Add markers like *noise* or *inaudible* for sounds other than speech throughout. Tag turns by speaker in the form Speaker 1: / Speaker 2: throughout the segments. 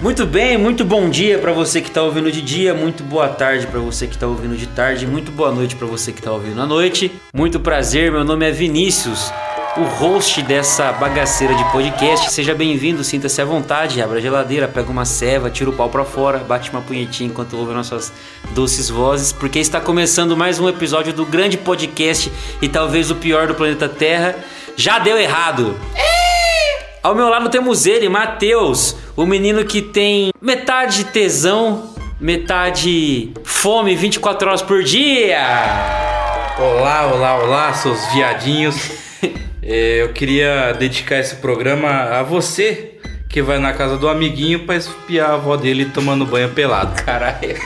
Speaker 1: Muito bem, muito bom dia para você que tá ouvindo de dia, muito boa tarde para você que tá ouvindo de tarde, muito boa noite para você que tá ouvindo à noite. Muito prazer, meu nome é Vinícius, o host dessa bagaceira de podcast. Seja bem-vindo, sinta-se à vontade, abra a geladeira, pega uma ceva, tira o pau pra fora, bate uma punhetinha enquanto ouve nossas doces vozes, porque está começando mais um episódio do grande podcast e talvez o pior do planeta Terra. Já deu errado! Ao meu lado temos ele, Matheus, o menino que tem metade tesão, metade fome 24 horas por dia. *laughs*
Speaker 2: Olá, olá, olá, seus viadinhos. É, eu queria dedicar esse programa a você que vai na casa do amiguinho pra espiar a avó dele tomando banho pelado.
Speaker 1: Caralho.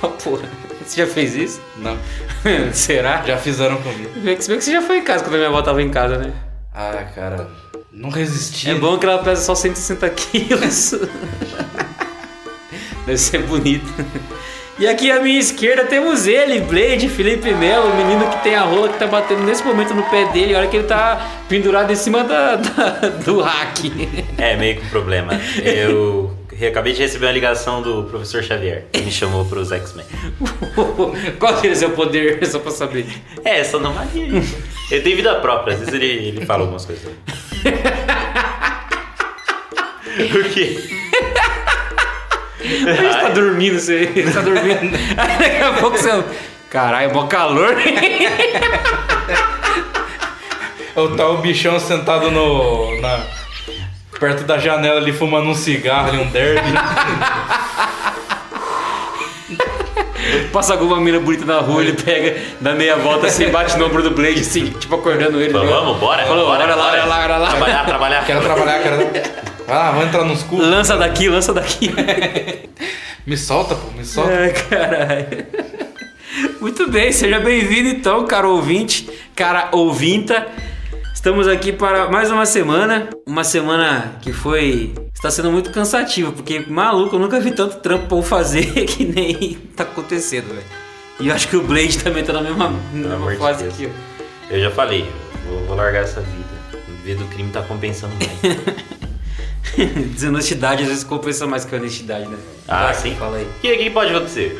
Speaker 1: Tá porra. Você já fez isso? *laughs*
Speaker 2: Não,
Speaker 1: Será?
Speaker 2: já fizeram comigo.
Speaker 1: Se bem que se bem que você já foi em casa quando a minha avó tava em casa, né?
Speaker 2: Ah, cara, não resisti.
Speaker 1: É bom que ela pesa só 160 quilos. *laughs* Deve ser bonito. E aqui à minha esquerda temos ele, Blade, Felipe Melo, o menino que tem a rola que tá batendo nesse momento no pé dele. Olha que ele tá pendurado em cima da, da- do rack.
Speaker 3: É, meio que um problema. Eu re- acabei de receber uma ligação do professor Xavier, que me chamou pros X-Men.
Speaker 1: *laughs* Qual que é o seu poder? *laughs* Só pra saber.
Speaker 3: É, essa não valia. Ele tem vida própria, às vezes ele, ele fala algumas coisas. O quê?
Speaker 1: A gente tá dormindo, você você tá dormindo. *laughs* Aí daqui a pouco você. Caralho, mó calor. *laughs*
Speaker 2: Ou tá o bichão sentado no. na- perto da janela ali fumando um cigarro ali, um derby.
Speaker 1: Passa alguma mina bonita na rua, ele pega, dá meia volta assim, bate no ombro do Blade, assim, tipo acordando ele.
Speaker 3: Falou, vamos, bora?
Speaker 1: Falou,
Speaker 3: bora,
Speaker 1: bora lá, bora lá, bora lá.
Speaker 3: Trabalhar, trabalhar.
Speaker 2: quero trabalhar, quero. Vai lá, vou entrar nos cu.
Speaker 1: Lança daqui, lança daqui.
Speaker 3: *laughs*
Speaker 2: Me solta, pô, me solta.
Speaker 1: Ai, caralho. Muito bem, seja bem-vindo então, cara ouvinte, cara ouvinta. Estamos aqui para mais uma semana. Uma semana que foi. Está sendo muito cansativa, porque maluco, eu nunca vi tanto trampo pra eu fazer *laughs* que nem tá acontecendo, velho. E eu acho que o Blade também tá na mesma, na
Speaker 3: Pelo
Speaker 1: mesma
Speaker 3: amor de
Speaker 1: fase
Speaker 3: Deus.
Speaker 1: que eu. *laughs*
Speaker 3: Eu já falei, vou, vou largar essa vida. A vida do crime tá compensando mais.
Speaker 1: Desonestidade às vezes compensa mais que a honestidade, né?
Speaker 3: Ah,
Speaker 1: Vai,
Speaker 3: sim.
Speaker 1: Fala aí.
Speaker 3: O que, o que pode acontecer?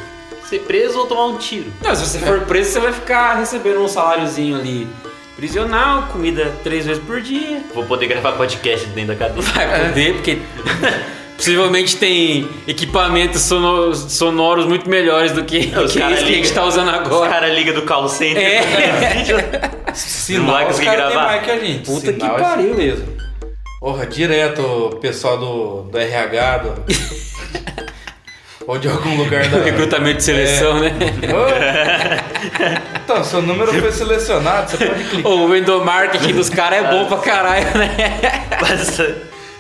Speaker 3: Ser preso ou tomar um tiro?
Speaker 1: Não, se você for preso, você vai ficar recebendo um saláriozinho ali prisional, comida três vezes por dia.
Speaker 3: Vou poder gravar podcast dentro da cadeia.
Speaker 1: Vai poder, porque *laughs* possivelmente tem equipamentos sono- sonoros muito melhores do que, do
Speaker 3: Os
Speaker 1: que
Speaker 3: cara
Speaker 1: esse que a gente
Speaker 3: liga.
Speaker 1: tá usando
Speaker 3: Os
Speaker 1: agora.
Speaker 3: caras ligam do call center.
Speaker 1: É.
Speaker 2: Sinal,
Speaker 3: Não vai
Speaker 2: os
Speaker 3: conseguir
Speaker 2: caras têm
Speaker 3: gravar.
Speaker 2: mais que a gente.
Speaker 1: Puta
Speaker 2: Sinal
Speaker 1: que
Speaker 2: é-
Speaker 1: pariu mesmo.
Speaker 2: Porra, direto o pessoal do, do RH, do... ou de algum lugar da...
Speaker 1: *laughs* Recrutamento de seleção, né? *laughs*
Speaker 2: Ô, Então, seu número foi selecionado, você pode clicar.
Speaker 1: O window marketing dos caras é bom pra caralho, né?
Speaker 3: Passa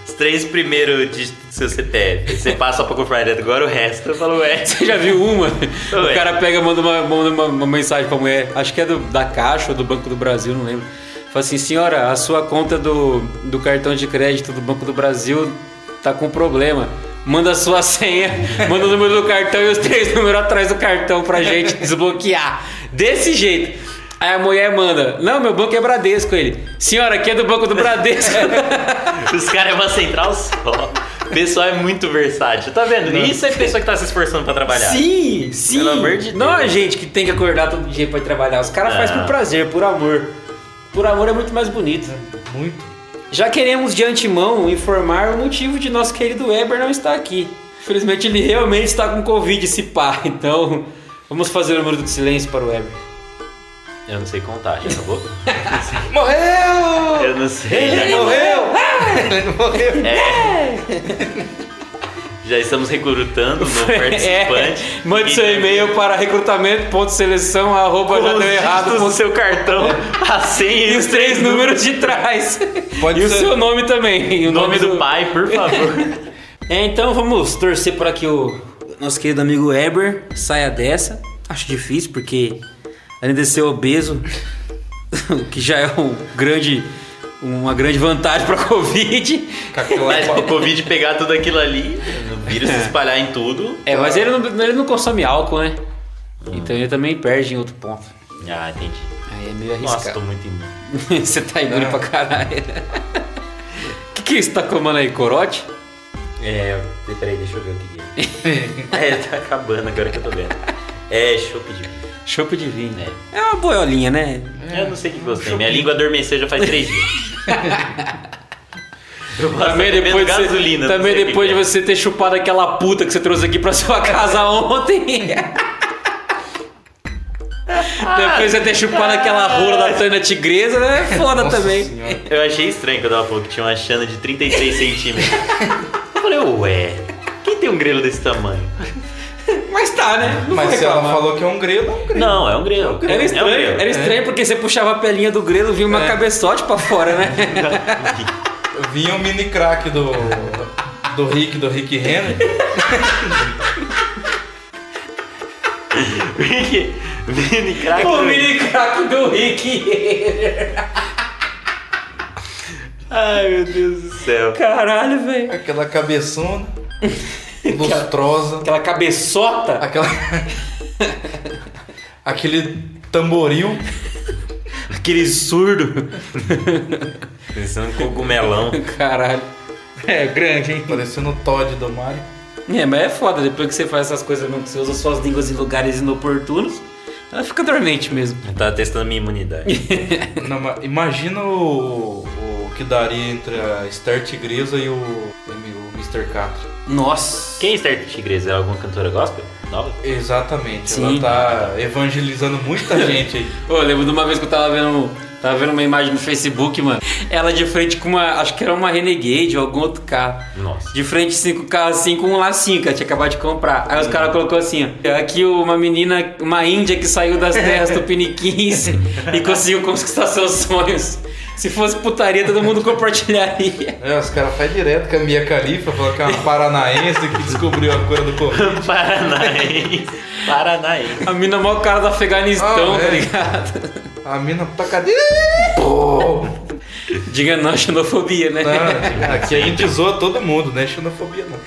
Speaker 3: os três primeiros dígitos do seu CPF. Você passa pra comprar direto, agora o resto. Eu falo, ué.
Speaker 1: Você já viu uma? O
Speaker 3: Ué.
Speaker 1: cara pega, manda uma, manda uma, uma mensagem pra mulher, acho que é do- da Caixa ou do Banco do Brasil, não lembro. Fala assim, senhora, a sua conta do, do cartão de crédito do Banco do Brasil tá com problema. Manda a sua *laughs* senha, manda o número do cartão e os três *laughs* números atrás do cartão pra gente desbloquear. Desse jeito. Aí a mulher manda, não, meu banco é Bradesco. Ele, senhora, aqui é do Banco do Bradesco.
Speaker 3: Os caras é uma central só. O pessoal é muito versátil. Tá vendo? Isso é pessoa que tá se esforçando pra trabalhar.
Speaker 1: Sim, sim.
Speaker 3: Pelo amor de
Speaker 1: Não
Speaker 3: Deus. É.
Speaker 1: a gente que tem que acordar todo dia pra ir trabalhar. Os caras
Speaker 3: Não.
Speaker 1: fazem por prazer, por amor. Por amor é muito mais bonito.
Speaker 2: Muito.
Speaker 1: Já queremos de antemão informar o motivo de nosso querido Weber não estar aqui. Infelizmente ele realmente está com Covid, esse pá. *laughs* Então vamos fazer o minuto de silêncio para o Weber.
Speaker 3: Eu não sei contar, já acabou?
Speaker 2: Morreu!
Speaker 3: Eu não sei.
Speaker 2: Ele
Speaker 3: Já,
Speaker 2: morreu! *laughs* Ele morreu!
Speaker 3: já estamos recrutando um
Speaker 1: *laughs*
Speaker 3: novo participante.
Speaker 1: É, mande seu e-mail para recrutamento.seleção arroba já
Speaker 3: Com os
Speaker 1: deu errado, É.
Speaker 3: dígitos do seu cartão, a senha
Speaker 1: E os três
Speaker 3: *laughs*
Speaker 1: números de trás.
Speaker 2: Pode
Speaker 1: e o
Speaker 2: ser.
Speaker 1: seu nome também. E o
Speaker 3: O nome do
Speaker 1: pai.
Speaker 3: pai, por
Speaker 1: *laughs*
Speaker 3: favor.
Speaker 1: É, então vamos torcer para que o nosso querido amigo Eber saia dessa. Acho difícil, porque além de ser obeso, *laughs* o que já é um grande, uma grande vantagem para a *laughs* Covid.
Speaker 2: Com aquela-
Speaker 3: Mas o Covid pegar tudo aquilo ali, o vírus se espalhar em tudo.
Speaker 1: É, mas ele não, ele não consome álcool, né? Então ele também perde em outro ponto.
Speaker 3: Ah, entendi.
Speaker 1: Aí é meio
Speaker 3: Nossa,
Speaker 1: arriscado.
Speaker 3: tô
Speaker 1: *laughs*
Speaker 3: muito imune.
Speaker 1: É. Você tá imune pra caralho. O que, que você tá comando aí, corote?
Speaker 3: É, peraí, deixa eu ver o que que *laughs* é. é, tá acabando agora que eu tô vendo. É, chope de vinho.
Speaker 1: Chopp de vinho, né? É uma boiolinha, né?
Speaker 3: Eu não sei o que gostei. Minha língua adormeceu já faz três *laughs* dias. Eu posso
Speaker 1: Também
Speaker 3: estar Tá bebendo
Speaker 1: depois, de você,
Speaker 3: gasolina, não
Speaker 1: também
Speaker 3: sei o que
Speaker 1: depois
Speaker 3: que
Speaker 1: de
Speaker 3: é.
Speaker 1: você ter chupado aquela puta que você trouxe aqui pra sua casa ontem. depois de você ter chupado aquela rola da Tânia Tigresa, né? É foda também.
Speaker 2: Senhora.
Speaker 3: Eu achei estranho quando ela falou que tinha uma chana de 36 centímetros. Eu falei, ué, quem tem um grelo desse tamanho?
Speaker 1: Mas tá, né? Não
Speaker 2: Mas
Speaker 1: vou
Speaker 2: se ela
Speaker 1: reclamar.
Speaker 2: falou que é um grilo, é um grilo.
Speaker 3: Não, é um grelo.
Speaker 1: Era estranho,
Speaker 3: É um grelo.
Speaker 1: era estranho porque você puxava a pelinha do grelo, vinha uma cabeçote pra fora, né?
Speaker 2: Vinha o mini crack do. Do Rick, do Rick Henry.
Speaker 3: Mini- Mini crack.
Speaker 1: o mini crack do Rick.
Speaker 3: Ai, meu Deus do céu.
Speaker 1: Caralho, velho.
Speaker 2: Aquela cabeçona. Lustrosa.
Speaker 1: *laughs* Aquela cabeçota.
Speaker 2: Aquela. *laughs* Aquele tamboril.
Speaker 3: Aquele surdo. Pensando em cogumelão.
Speaker 1: Caralho. É grande, hein?
Speaker 2: Parecendo o Todd do Mario.
Speaker 1: É, mas é foda, depois que você faz essas coisas mesmo, que você usa suas línguas em lugares inoportunos, ela fica dormente mesmo.
Speaker 3: Eu tava testando minha imunidade.
Speaker 2: Não, mas imagina o, o que daria entre a Esther Tigresa e o, o Mr. Catra.
Speaker 1: Nossa.
Speaker 3: Quem é Esther Tigresa? É alguma cantora gospel? Nova?
Speaker 2: Exatamente,
Speaker 1: Sim.
Speaker 2: ela tá evangelizando muita
Speaker 1: *laughs*
Speaker 2: gente aí.
Speaker 1: Ô, eu lembro de uma vez que eu tava vendo, tava vendo uma imagem no Facebook, mano. Ela de frente com uma, acho que era uma Renegade ou algum outro carro.
Speaker 3: Nossa.
Speaker 1: De frente, cinco carros assim, com um lacinho que ela tinha acabado de comprar. Aí os caras colocou assim, ó. Aqui uma menina, uma índia que saiu das terras do Piniquins *laughs* e conseguiu conquistar seus sonhos. Se fosse putaria, todo mundo compartilharia.
Speaker 2: É, os caras fazem direto com a Mia Khalifa, falando que é uma paranaense que descobriu a cura do Covid.
Speaker 3: Paranaense. Paranaense.
Speaker 1: A mina é o maior cara do Afeganistão,
Speaker 2: Ah,
Speaker 1: tá
Speaker 2: é.
Speaker 1: ligado?
Speaker 2: A mina puta
Speaker 1: *laughs*
Speaker 2: cadê? Pô!
Speaker 1: Diga não, *laughs* à xenofobia, né?
Speaker 2: Não, aqui a gente zoa todo mundo, né? Xenofobia não.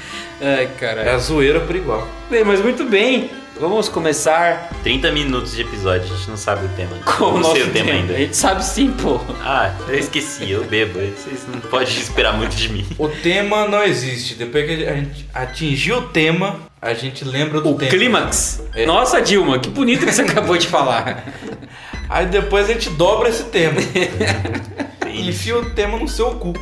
Speaker 1: Ai,
Speaker 2: É
Speaker 1: caralho.
Speaker 2: a zoeira por igual.
Speaker 1: Bem, mas muito bem. Vamos começar
Speaker 3: 30 minutos de episódio, a gente não sabe o tema.
Speaker 1: com
Speaker 3: Eu
Speaker 1: o
Speaker 3: não
Speaker 1: nosso
Speaker 3: sei o tema ainda.
Speaker 1: A gente sabe sim, pô.
Speaker 3: Ah, eu esqueci, eu bebo. Vocês não podem esperar muito de mim.
Speaker 2: O tema não existe. Depois que a gente atingiu o tema, a gente lembra do
Speaker 1: O
Speaker 2: tema.
Speaker 1: clímax.
Speaker 2: É.
Speaker 1: Nossa, Dilma, que bonito que você *laughs* acabou de falar.
Speaker 2: Aí depois a gente dobra esse
Speaker 3: *laughs*
Speaker 2: tema.
Speaker 3: Tem
Speaker 2: Enfia o tema no seu cu.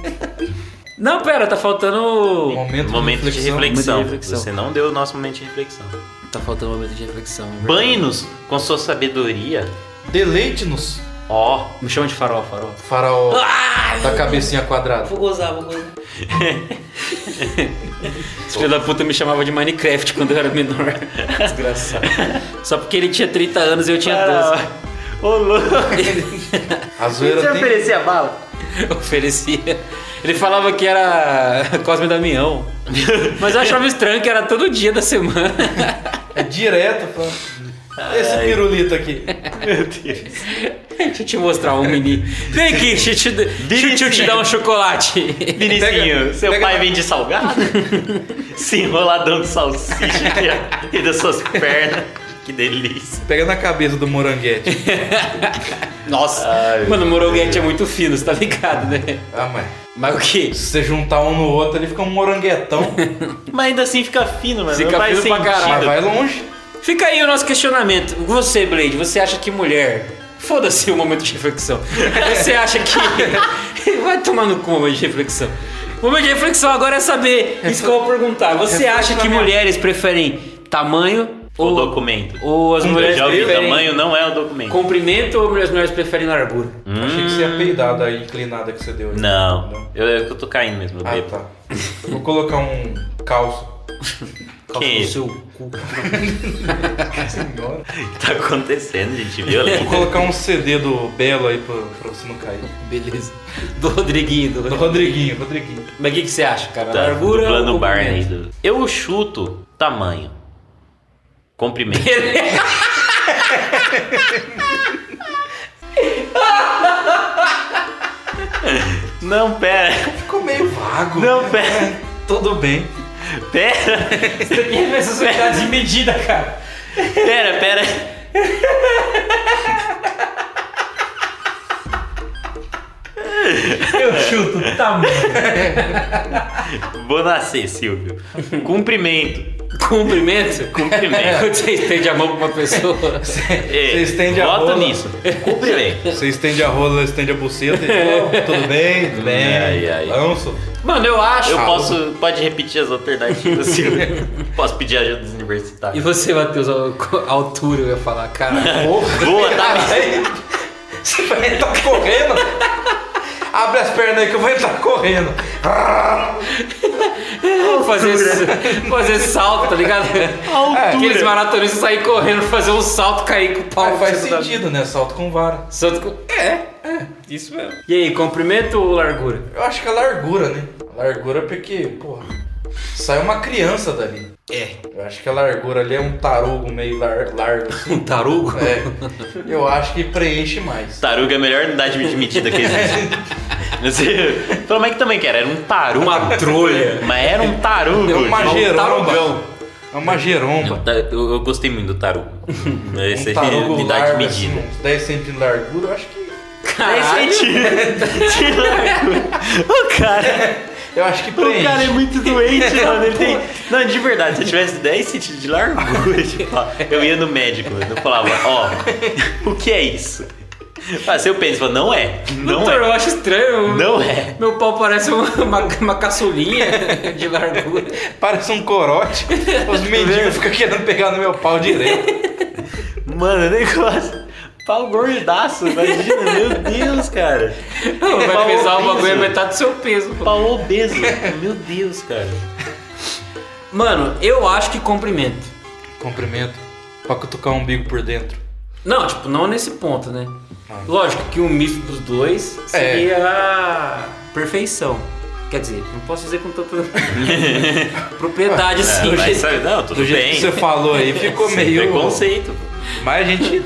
Speaker 1: Não, pera, tá faltando.
Speaker 2: Momento,
Speaker 3: momento de reflexão.
Speaker 1: Momento de reflexão.
Speaker 3: Você não deu o nosso momento de reflexão.
Speaker 1: Tá faltando um momento de reflexão.
Speaker 3: Banhe-nos com sua sabedoria.
Speaker 2: Deleite-nos,
Speaker 3: Ó.
Speaker 1: Me chama de farol, farol.
Speaker 2: faraó
Speaker 3: Ah!
Speaker 2: da cabecinha quadrada.
Speaker 1: Vou gozar, vou gozar. Esse filho da puta me chamava de Minecraft quando eu era
Speaker 3: *laughs*
Speaker 1: menor. Desgraçado. Só porque ele tinha 30 anos e eu
Speaker 3: Ah,
Speaker 1: tinha 12.
Speaker 3: Ô, louco.
Speaker 2: A zoeira tem...
Speaker 3: a bala?
Speaker 1: *laughs* oferecia. Ele falava que era *laughs* Cosme Damião. Mas eu achava estranho que era todo dia da semana.
Speaker 2: É direto, pô. Esse pirulito aqui.
Speaker 3: Meu Deus.
Speaker 1: Deixa eu te mostrar um mini. Vem aqui, deixa eu te, deixa eu te dar um chocolate. *laughs*
Speaker 3: *laughs* Vinicinho,
Speaker 2: Pega-
Speaker 3: seu
Speaker 2: pega-
Speaker 3: pai vende salgado? Se enroladão de salsicha *laughs* aqui, ó, e das suas pernas. Que delícia.
Speaker 2: Pega na cabeça do moranguete.
Speaker 1: Nossa.
Speaker 3: Ai,
Speaker 1: Mano, o moranguete é muito fino, você tá ligado, né?
Speaker 2: Ah, mas
Speaker 1: Mas o que?
Speaker 2: se você juntar um no outro, ele fica um
Speaker 3: *laughs*
Speaker 2: moranguetão.
Speaker 3: Mas ainda assim fica fino, mano.
Speaker 1: Fica
Speaker 3: Não faz
Speaker 1: fino pra
Speaker 3: sentido.
Speaker 1: caralho.
Speaker 2: mas vai longe.
Speaker 1: Fica aí o nosso questionamento. Você, Blade, você acha que mulher. Foda-se o momento de reflexão. *laughs* Você acha que. *laughs* Vai tomar no cu o momento de reflexão. O momento de reflexão agora é saber. Isso que eu vou perguntar. Você acha que mulheres preferem tamanho
Speaker 3: O
Speaker 1: ou.
Speaker 3: documento.
Speaker 1: Ou as
Speaker 3: Eu
Speaker 1: mulheres
Speaker 3: um já ouvi o
Speaker 1: preferem.
Speaker 3: tamanho, não é o documento.
Speaker 1: Comprimento ou as mulheres preferem largura?
Speaker 3: Hum.
Speaker 2: Achei que você ia peidar da inclinada que você deu. aí.
Speaker 3: Não, eu, é eu tô caindo mesmo, eu
Speaker 2: Ah,
Speaker 3: bebo.
Speaker 2: tá. Vou colocar um calço.
Speaker 3: Quem? é
Speaker 1: O seu cu. *laughs*
Speaker 2: Ah, Senhora.
Speaker 3: O que tá acontecendo, gente?
Speaker 2: Vou
Speaker 3: Violento.
Speaker 2: colocar um CD do Belo aí pra, pra você não cair. É
Speaker 1: Beleza. Do Rodriguinho. Do
Speaker 2: Do
Speaker 1: Rodriguinho.
Speaker 2: Rodriguinho, Rodriguinho.
Speaker 1: Mas o que, que você acha, cara?
Speaker 3: Tá,
Speaker 1: largura
Speaker 3: dublando
Speaker 1: ou
Speaker 3: o Barney.
Speaker 1: comprimento? *laughs*
Speaker 3: do- Eu chuto tamanho. Comprimento. *laughs* Não, pera.
Speaker 2: Ficou meio vago. É,
Speaker 3: Não, pera.
Speaker 2: Tudo bem.
Speaker 3: Pera.
Speaker 1: Você tem que ver essa é sociedade de medida, cara.
Speaker 3: Pera, pera.
Speaker 2: Eu chuto tamanho.
Speaker 3: Vou nascer, Silvio. Cumprimento.
Speaker 1: Cumprimento? *laughs*
Speaker 3: Cumprimento.
Speaker 1: Quando você estende a mão pra uma pessoa.
Speaker 3: Ei,
Speaker 2: *laughs* Você estende a
Speaker 3: vota
Speaker 2: bola.
Speaker 3: nisso. Cumprimento.
Speaker 2: Você estende a rola, ela estende a buceta. e, "Oh, tudo bem? Tudo bem?
Speaker 3: Ai,
Speaker 2: *laughs*
Speaker 3: ai.
Speaker 2: Lanço.
Speaker 1: *laughs* Mano, eu acho.
Speaker 3: Eu posso. Pode repetir
Speaker 2: *laughs*
Speaker 3: as alternativas, Silvio. Posso pedir ajuda dos
Speaker 1: E
Speaker 3: universitários.
Speaker 1: você, Matheus, a a altura eu ia falar, *laughs* cara.
Speaker 3: Boa, tá?
Speaker 2: Caralho. Você vai entrar Tá correndo. Abre as pernas aí que eu vou entrar correndo.
Speaker 1: Vou fazer, esse- fazer esse salto, tá ligado?
Speaker 3: Altura.
Speaker 1: Aqueles maratonistas saírem correndo, fazer um salto, cair com o pau.
Speaker 2: Mas faz
Speaker 1: no chão da-
Speaker 2: sentido, né? Salto com vara.
Speaker 1: Salto com... É, é, isso mesmo. E aí, comprimento ou largura?
Speaker 2: Eu acho que é largura, né? Largura porque, porra, sai uma criança dali.
Speaker 1: É.
Speaker 2: Eu acho que a largura ali é um tarugo meio lar- largo. assim.
Speaker 1: Um tarugo?
Speaker 3: *laughs*
Speaker 2: É. Eu acho que preenche mais.
Speaker 3: Taruga é a melhor unidade de medida que existe. Você- Pelo menos que também que era, era um tarugo.
Speaker 1: Uma *laughs* trolha.
Speaker 3: Mas era um tarugo.
Speaker 2: É uma
Speaker 3: gente.
Speaker 2: geromba.
Speaker 1: tarugão.
Speaker 2: É uma geromba.
Speaker 3: Tá, Eu, eu gostei muito do
Speaker 2: *laughs*
Speaker 3: tarugo. Esse
Speaker 2: Um
Speaker 3: é
Speaker 2: tarugo
Speaker 3: unidade de
Speaker 2: largo, assim,
Speaker 3: medida.
Speaker 2: uns 10 centímetros de largura, eu acho que...
Speaker 1: Caralho.
Speaker 2: *laughs*
Speaker 3: De largo. O cara,
Speaker 2: Eu acho que
Speaker 3: o
Speaker 2: preenche.
Speaker 3: cara é muito *laughs* doente, mano. Ele tem. Não, de verdade, se eu tivesse 10 centímetros de largura, *laughs* tipo, ó, eu ia no médico, eu falava, ó, o que é isso? Ah, seu pênis falou, não é. Não
Speaker 1: Doutor,
Speaker 3: é.
Speaker 1: eu acho estranho.
Speaker 3: Não é.
Speaker 1: Meu pau parece uma, uma, uma caçulinha *laughs* de largura.
Speaker 2: Parece um
Speaker 3: *laughs*
Speaker 2: corote.
Speaker 3: Tá
Speaker 2: Os mendigos ficam querendo pegar no meu pau direto.
Speaker 3: Mano, o negócio. Pau gordaço, imagina, meu Deus, cara.
Speaker 1: Vai
Speaker 3: Pau
Speaker 1: pesar o
Speaker 3: obeso.
Speaker 1: bagulho é metade do seu peso. pô.
Speaker 3: Pau obeso, meu Deus, cara.
Speaker 1: Mano, eu acho que comprimento.
Speaker 2: Comprimento. Pra cutucar o umbigo por dentro.
Speaker 1: Não, tipo, não nesse ponto, né?
Speaker 2: Ah.
Speaker 1: Lógico que o misto dos dois seria a perfeição. Quer dizer, não posso dizer com tanta *laughs* propriedade assim.
Speaker 3: É, mas, sabe, não, tudo
Speaker 2: Do jeito
Speaker 3: bem.
Speaker 2: que você falou aí, ficou
Speaker 3: Sem
Speaker 2: meio.
Speaker 3: preconceito.
Speaker 2: Mas a
Speaker 3: *laughs*
Speaker 2: gente.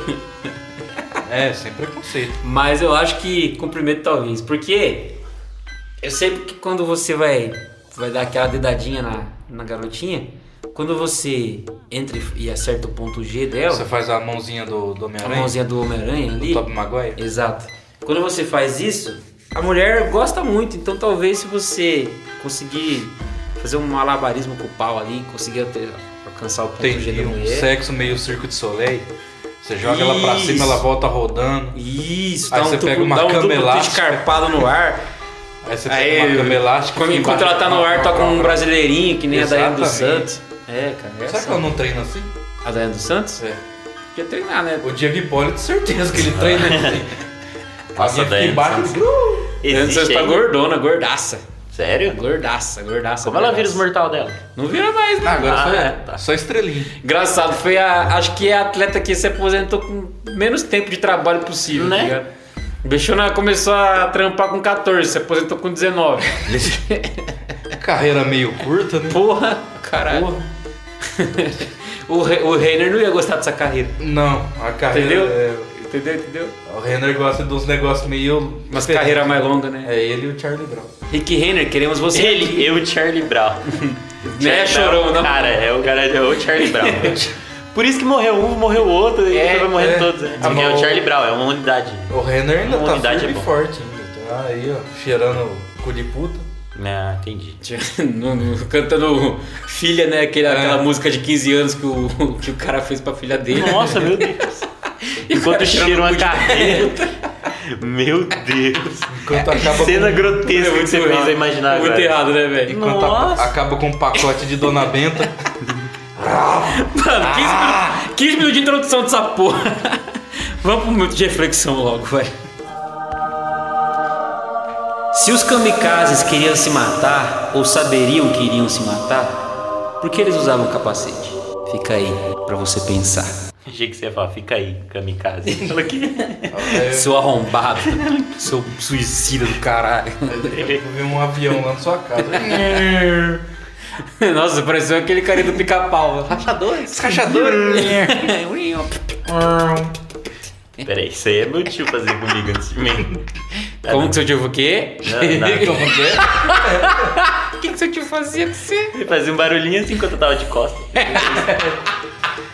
Speaker 2: É, sem preconceito.
Speaker 1: Mas eu acho que cumprimento talvez, porque eu sempre que quando você vai vai dar aquela dedadinha na, na garotinha, quando você entra e- e acerta o ponto G
Speaker 2: Você
Speaker 1: dela,
Speaker 2: faz a mãozinha do, do
Speaker 1: a
Speaker 2: Homem-Aranha.
Speaker 1: mãozinha do Homem-Aranha
Speaker 2: Do
Speaker 1: ali,
Speaker 2: Top Maguire.
Speaker 1: exato. Quando você faz isso, a mulher gosta muito, então talvez se você conseguir fazer um malabarismo com o pau ali, conseguir até alcançar o ponto G
Speaker 2: Entendi.
Speaker 1: da
Speaker 2: Um
Speaker 1: é mulher.
Speaker 2: sexo meio circo de soleil. Você joga ela pra
Speaker 1: Isso.
Speaker 2: cima, ela volta rodando.
Speaker 1: Isso,
Speaker 2: Aí
Speaker 1: dá um
Speaker 2: você
Speaker 1: duplo,
Speaker 2: pega uma
Speaker 1: dá um
Speaker 2: cama
Speaker 1: duplo
Speaker 2: elástica.
Speaker 1: escarpado no
Speaker 2: *laughs*
Speaker 1: ar.
Speaker 2: Aí você
Speaker 1: Aí,
Speaker 2: pega uma cama elástica.
Speaker 1: Quando,
Speaker 2: fica
Speaker 1: enquanto ela
Speaker 2: embaixo-
Speaker 1: tá no ar, toca um brasileirinho, que nem a Daiane dos
Speaker 2: Exatamente.
Speaker 1: Santos. É, cara. É
Speaker 2: Será que
Speaker 1: essa.
Speaker 2: ela não treina assim?
Speaker 1: A Daiane dos Santos?
Speaker 2: É.
Speaker 1: Podia treinar, né?
Speaker 2: O Diego Hipólito, certeza que ele
Speaker 1: Ah, *laughs*
Speaker 2: treina assim.
Speaker 3: Nossa,
Speaker 2: a minha fica
Speaker 3: Daiane
Speaker 2: embaixo.
Speaker 3: Santos.
Speaker 2: Uh!
Speaker 1: Daiane dos
Speaker 3: Existe
Speaker 1: Santos tá
Speaker 3: aí?
Speaker 1: gordona, gordaça.
Speaker 3: Sério?
Speaker 1: Gordaça, gordaça.
Speaker 3: Como ela
Speaker 1: gordaça.
Speaker 3: vira os mortal dela?
Speaker 1: Não vira mais, né?
Speaker 2: Ah, agora só,
Speaker 3: Ah,
Speaker 2: é,
Speaker 3: é, tá.
Speaker 2: só estrelinha.
Speaker 1: Engraçado, foi a. Acho que é a atleta que se aposentou com menos tempo de trabalho possível, né?
Speaker 3: Né?
Speaker 1: Tá ligado? Bichona começou a trampar com 14, se aposentou com *laughs* 19.
Speaker 2: Carreira meio curta, né?
Speaker 1: Porra, *laughs* caralho.
Speaker 2: Porra.
Speaker 1: o, Re- o Reiner não ia gostar dessa carreira.
Speaker 2: Não, a carreira.
Speaker 1: Entendeu?
Speaker 2: é-
Speaker 1: Entendeu? Entendeu?
Speaker 2: O Renner gosta de uns negócios meio.
Speaker 1: Umas
Speaker 2: diferentes.
Speaker 1: carreira mais longa, né?
Speaker 2: É ele e o Charlie Brown.
Speaker 1: Rick Renner, queremos você aqui.
Speaker 3: Ele, eu, Charlie Brown.
Speaker 1: Não é
Speaker 3: Charlie
Speaker 1: chorão,
Speaker 3: Brown,
Speaker 1: não.
Speaker 3: Cara, é o cara, é o Charlie Brown. *laughs* Por isso que morreu um, morreu o outro, e
Speaker 1: É,
Speaker 3: vai morrendo
Speaker 2: é.
Speaker 3: todos. Né?
Speaker 2: Ah,
Speaker 3: Porque é
Speaker 2: mas
Speaker 3: o
Speaker 2: o-
Speaker 3: Charlie Brown, é uma unidade.
Speaker 2: O Renner ainda
Speaker 3: Uma
Speaker 2: tá
Speaker 3: unidade
Speaker 2: firme
Speaker 3: é
Speaker 2: e
Speaker 3: bom.
Speaker 2: forte ainda. Tá aí, ó, cheirando cu de puta.
Speaker 3: Ah, entendi.
Speaker 1: *laughs* No- no- Cantando filha, né? Aquela,
Speaker 2: É.
Speaker 1: aquela música de 15 anos que o, *laughs* que o cara fez pra filha dele.
Speaker 3: Nossa, meu Deus. Enquanto
Speaker 1: cara tirando
Speaker 3: cheira
Speaker 1: o
Speaker 3: uma
Speaker 1: cu de
Speaker 3: carreira. *laughs* Meu Deus.
Speaker 2: Enquanto
Speaker 1: É,
Speaker 2: acaba
Speaker 1: *laughs*
Speaker 3: Cena
Speaker 2: com...
Speaker 3: grotesca que você fez eu imaginar
Speaker 1: Muito
Speaker 3: agora.
Speaker 1: errado, né, velho?
Speaker 2: Enquanto a-
Speaker 3: Nossa.
Speaker 2: acaba com um pacote de Dona Benta.
Speaker 3: *laughs*
Speaker 1: Mano, 15 minutos, 15 minutos de introdução dessa porra. *laughs* Vamos pro minuto de reflexão logo, vai. Se os kamikazes queriam se matar, ou saberiam que iriam se matar, por que eles usavam capacete? Fica aí, pra você pensar.
Speaker 3: Achei que você ia falar, fica aí, *laughs* kamikaze. Fala aqui.
Speaker 1: Seu *laughs* arrombado. seu suicida do caralho.
Speaker 2: Eu vi um avião lá na sua
Speaker 3: *laughs*
Speaker 2: casa.
Speaker 1: *laughs* Nossa, pareceu aquele cara do pica-pau.
Speaker 2: Descachador.
Speaker 1: *laughs*
Speaker 3: Peraí, isso aí é meu tio fazer comigo antes
Speaker 1: *laughs*
Speaker 3: de mim.
Speaker 1: Como que seu tio o quê?
Speaker 3: Não,
Speaker 2: Como que é?
Speaker 1: O que, que seu tio fazia com você?
Speaker 3: não. Fazia um barulhinho assim enquanto eu tava de costas.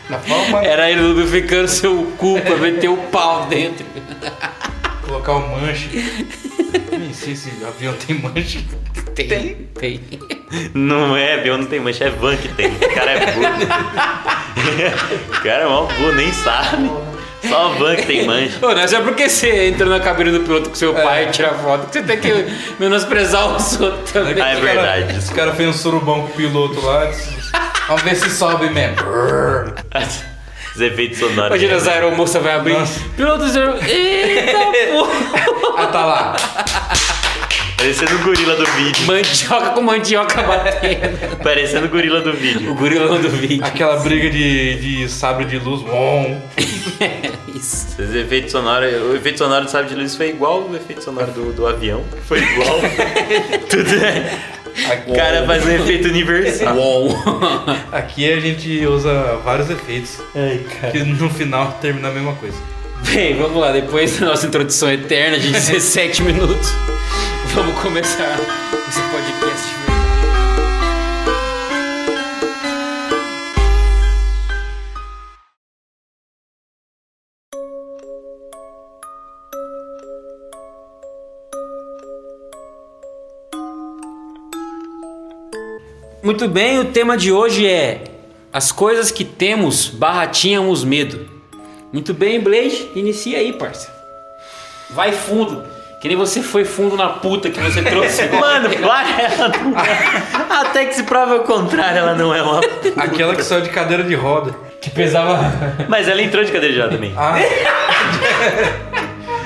Speaker 2: Na palma,
Speaker 1: Era ele lubrificando seu cu pra meter o pau dentro.
Speaker 2: colocar o manche. nem sei se avião tem mancha.
Speaker 3: Tem.
Speaker 2: Tem.
Speaker 3: Não é avião, não tem mancha, é van que tem. O cara é burro. o cara é mó burro, nem sabe. Só van que tem mancha.
Speaker 1: Ô, não é só porque você entra na cabine do piloto com seu pai e tira foto que você tem que menosprezar os outros também.
Speaker 3: Ah, é verdade.
Speaker 2: Esse cara fez um surubão com o piloto lá. disse, Vamos ver se sobe mesmo.
Speaker 3: *laughs* Os efeitos sonoros.
Speaker 1: Imagina as aeromoças vai abrir.
Speaker 2: Nossa.
Speaker 1: Piloto zero. *laughs* Eita porra!
Speaker 2: Ah, tá lá.
Speaker 3: Parecendo o gorila do vídeo.
Speaker 1: Mandioca com mandioca batendo.
Speaker 3: Parecendo o gorila do vídeo.
Speaker 1: O *laughs* gorilão do vídeo.
Speaker 2: Aquela briga de, de sabre de luz. Bom.
Speaker 1: É Isso.
Speaker 3: Os efeitos sonoros. O efeito sonoro do Sabe de Luz foi igual o efeito sonoro do, do avião.
Speaker 1: *laughs*
Speaker 3: Foi igual. Tudo é. O cara faz um efeito universal.
Speaker 1: Uou.
Speaker 2: Aqui a gente usa vários efeitos. Que no final termina a mesma coisa.
Speaker 1: *laughs* Bem, vamos lá. Depois da nossa introdução eterna *laughs* de 17 minutos, vamos começar esse podcast. Muito bem, o tema de hoje é as coisas que temos barra tínhamos medo. Muito bem, Blade, inicia aí, parça. Vai fundo. Que nem você foi fundo na puta que você trouxe.
Speaker 3: Mano, para ela não é. Até que se prova o contrário, ela não é uma.
Speaker 2: Aquela que saiu de cadeira de roda.
Speaker 1: *laughs* que pesava.
Speaker 3: Mas ela entrou de cadeira de roda também.
Speaker 2: Ah,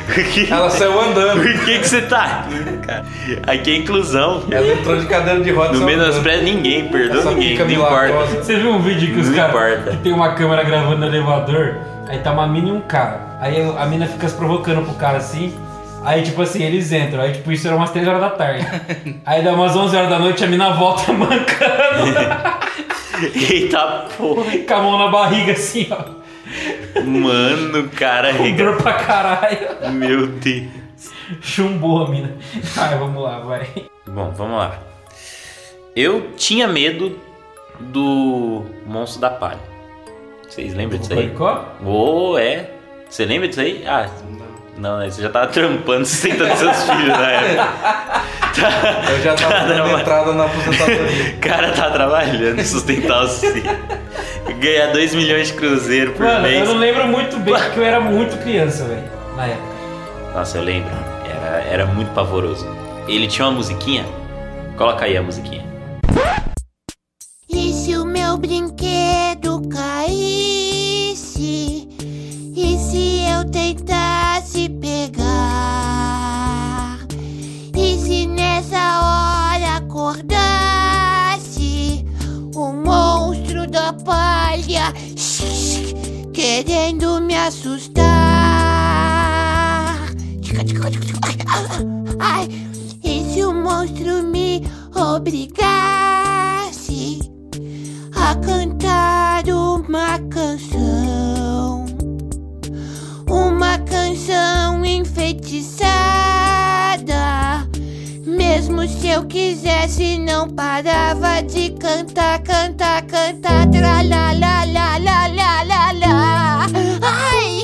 Speaker 3: Por que,
Speaker 2: ela saiu andando.
Speaker 3: *laughs* por que, que você tá aqui, cara? Aqui é inclusão.
Speaker 2: Ela entrou de cadeira de roda. e
Speaker 3: Não
Speaker 2: saiu andando.
Speaker 3: menospreza ninguém, perdoa
Speaker 2: Essa
Speaker 3: ninguém,
Speaker 2: pica
Speaker 3: não importa.
Speaker 2: milagrosa.
Speaker 1: Você viu um vídeo que os
Speaker 3: Não
Speaker 1: caras
Speaker 3: importa.
Speaker 1: que tem uma câmera gravando no elevador, aí tá uma mina e um cara. Aí a mina fica se provocando pro cara assim. Aí, tipo assim, eles entram. Aí, tipo, isso era umas 3 horas da
Speaker 3: *laughs*
Speaker 1: tarde. Aí, dá umas 11 horas da noite, a mina volta *laughs*
Speaker 3: *laughs*
Speaker 1: mancando.
Speaker 3: Eita porra.
Speaker 1: com a mão na barriga, assim, ó.
Speaker 3: Mano, cara,
Speaker 1: Com
Speaker 3: rega.
Speaker 1: dor pra caralho.
Speaker 3: Meu Deus.
Speaker 1: Chumbou a mina. Ai, vamos lá, vai.
Speaker 3: Bom, vamos lá. Eu tinha medo do Monstro da Palha. Vocês lembram disso aí?
Speaker 1: Coricó?
Speaker 3: Ô, é. Você lembra disso aí? Ah, não, né? Você já tava trampando, sustentando seus filhos na época.
Speaker 2: Eu já tava dando
Speaker 3: Caramba.
Speaker 2: entrada na aposentadoria.
Speaker 3: O cara tá trabalhando, sustentar os filhos. Ganhar 2 milhões de cruzeiro por
Speaker 4: Mano,
Speaker 3: mês.
Speaker 4: eu não lembro muito bem porque eu era muito criança, velho. Na época.
Speaker 3: Nossa, eu lembro. Era, era muito pavoroso. Ele tinha uma musiquinha. Coloca aí a musiquinha.
Speaker 5: E se o meu brinquedo caísse? E se eu tentasse pegar? E se nessa hora acordasse o monstro da palha querendo me assustar? Ai, e se o monstro me obrigasse a cantar uma canção? Uma canção enfeitiçada. Mesmo se eu quisesse, não parava de cantar, cantar, cantar. Tra la la la la la la la. Ai!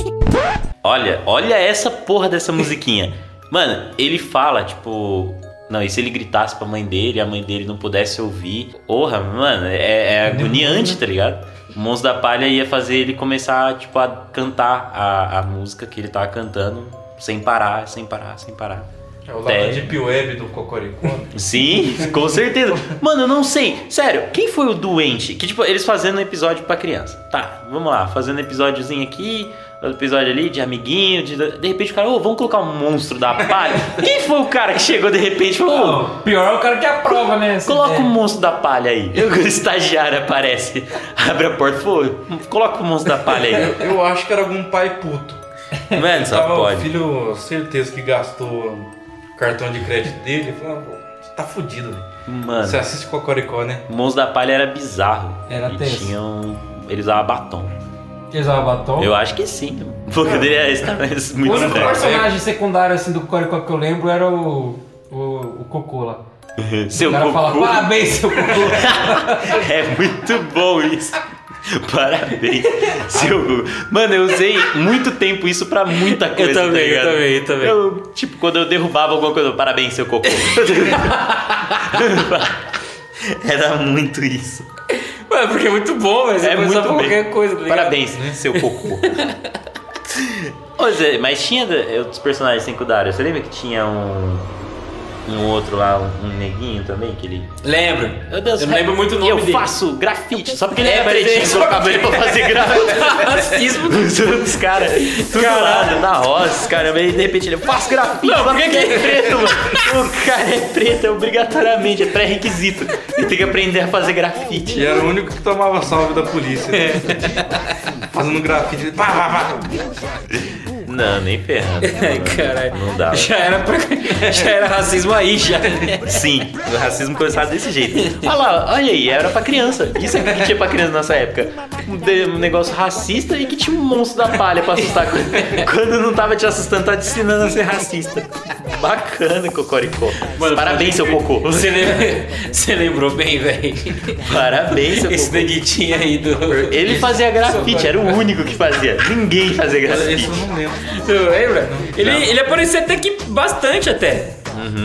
Speaker 3: Olha, olha essa porra
Speaker 4: *laughs*
Speaker 3: dessa musiquinha. Mano, ele fala, tipo. Não, e se ele gritasse pra mãe dele e a mãe dele não pudesse ouvir? Porra, mano, é, é agoniante, tá ligado? O monstro da palha ia fazer ele começar, tipo, a cantar a, a música que ele tava cantando sem parar, sem parar, sem parar.
Speaker 2: É o lado
Speaker 3: Até-
Speaker 2: da Deep Web do Cocoricó.
Speaker 3: Sim, com certeza. Mano, eu não sei. Sério, quem foi o doente? Que, tipo, eles fazendo um episódio pra criança. Tá, vamos lá, fazendo episódiozinho aqui, outro episódio ali de amiguinho, de, de repente o cara, ô, vamos colocar um monstro da
Speaker 4: *laughs*
Speaker 3: palha. quem foi o cara que chegou de repente e falou, ô,
Speaker 4: Não, pior é o cara que aprova, né? essa
Speaker 3: coloca um
Speaker 4: ideia.
Speaker 3: monstro da palha aí. *laughs* O estagiário aparece, abre a porta, pô, coloca o monstro da palha aí.
Speaker 4: *laughs*
Speaker 2: Eu, eu acho que era algum pai puto.
Speaker 3: Mano, só
Speaker 2: Tava o
Speaker 3: pode.
Speaker 2: filho, certeza que gastou o cartão de crédito dele. Eu falava, "Pô, você tá fudido, velho. Você
Speaker 3: Mano,
Speaker 2: assiste Cocoricó, né?
Speaker 3: o monstro da palha era bizarro.
Speaker 4: Era
Speaker 3: e
Speaker 4: tenso.
Speaker 3: tinham... Eles usavam batom.
Speaker 1: um-
Speaker 4: Eles usavam batom.
Speaker 3: Eu acho que sim. Porque dele é esse tamanho, isso é
Speaker 4: O
Speaker 3: muito
Speaker 4: único
Speaker 3: estranho.
Speaker 4: personagem secundário assim do Coricó que eu lembro era o. O, o Cocô lá.
Speaker 3: *laughs* Seu
Speaker 4: O cara
Speaker 3: cocô
Speaker 1: *laughs*
Speaker 3: *laughs*
Speaker 4: fala, parabéns, seu Cocô.
Speaker 3: é muito bom isso. Parabéns, seu Google. Mano, eu usei muito tempo isso pra muita coisa. tá
Speaker 1: também, eu
Speaker 3: ligado?
Speaker 1: também, eu também.
Speaker 3: Eu, tipo, quando eu derrubava alguma coisa, eu, parabéns, seu
Speaker 1: *laughs*
Speaker 3: cocô. *laughs* Era muito isso.
Speaker 1: Ué, porque é muito bom, velho. Você
Speaker 3: É
Speaker 1: pode
Speaker 3: muito
Speaker 1: usar pra
Speaker 3: bem.
Speaker 1: qualquer coisa, tá ligado?
Speaker 3: Parabéns,
Speaker 1: *laughs*
Speaker 3: seu cocô. Ô, Zé, mas tinha da- outros personagens assim sem Kudara. Você lembra que tinha um. Um outro lá, um, um neguinho também, que ele.
Speaker 1: Lembro.
Speaker 3: Meu Deus,
Speaker 1: eu não
Speaker 3: cara,
Speaker 1: lembro muito o nome
Speaker 3: Eu
Speaker 1: dele.
Speaker 3: faço grafite, só porque ele
Speaker 1: É,
Speaker 3: é
Speaker 1: mas ele-
Speaker 3: pretinho, eu colocava ele é pra fazer grafite. *laughs*
Speaker 1: Racismo.
Speaker 3: Os caras, tudo
Speaker 1: Caralho.
Speaker 3: lá, na roça, cara, e de repente ele faz grafite. Não, por que é preto, *laughs* mano? O cara é preto, é obrigatoriamente, é pré-requisito. Ele tem que aprender a fazer grafite.
Speaker 2: E era o único que tomava salve da polícia. né? Fazendo grafite. Pá, pá, pá.
Speaker 3: Não, nem ferrando.
Speaker 1: Caralho.
Speaker 3: Não *laughs* dá.
Speaker 1: Já era, pra... *laughs* já era racismo aí, já.
Speaker 3: Sim, o racismo começava desse jeito. Olha lá, olha aí, era pra criança. Isso é que tinha pra criança nessa época. Um, de- um negócio racista e que tinha um monstro da palha pra assustar. Quando- Quando não tava te assustando, tava te ensinando a ser racista. Bacana, Cocoricó. Parabéns, seu cocô.
Speaker 1: Você, lem- *laughs* Você lembrou bem, velho.
Speaker 3: Parabéns, seu
Speaker 1: Esse é
Speaker 3: cocô.
Speaker 1: neguitinho aí do.
Speaker 3: Ele fazia grafite, era o único que fazia. Ninguém fazia
Speaker 2: Esse
Speaker 3: grafite.
Speaker 2: eu não lembro.
Speaker 1: Tu lembra? Ele, ele aparecia até que bastante até.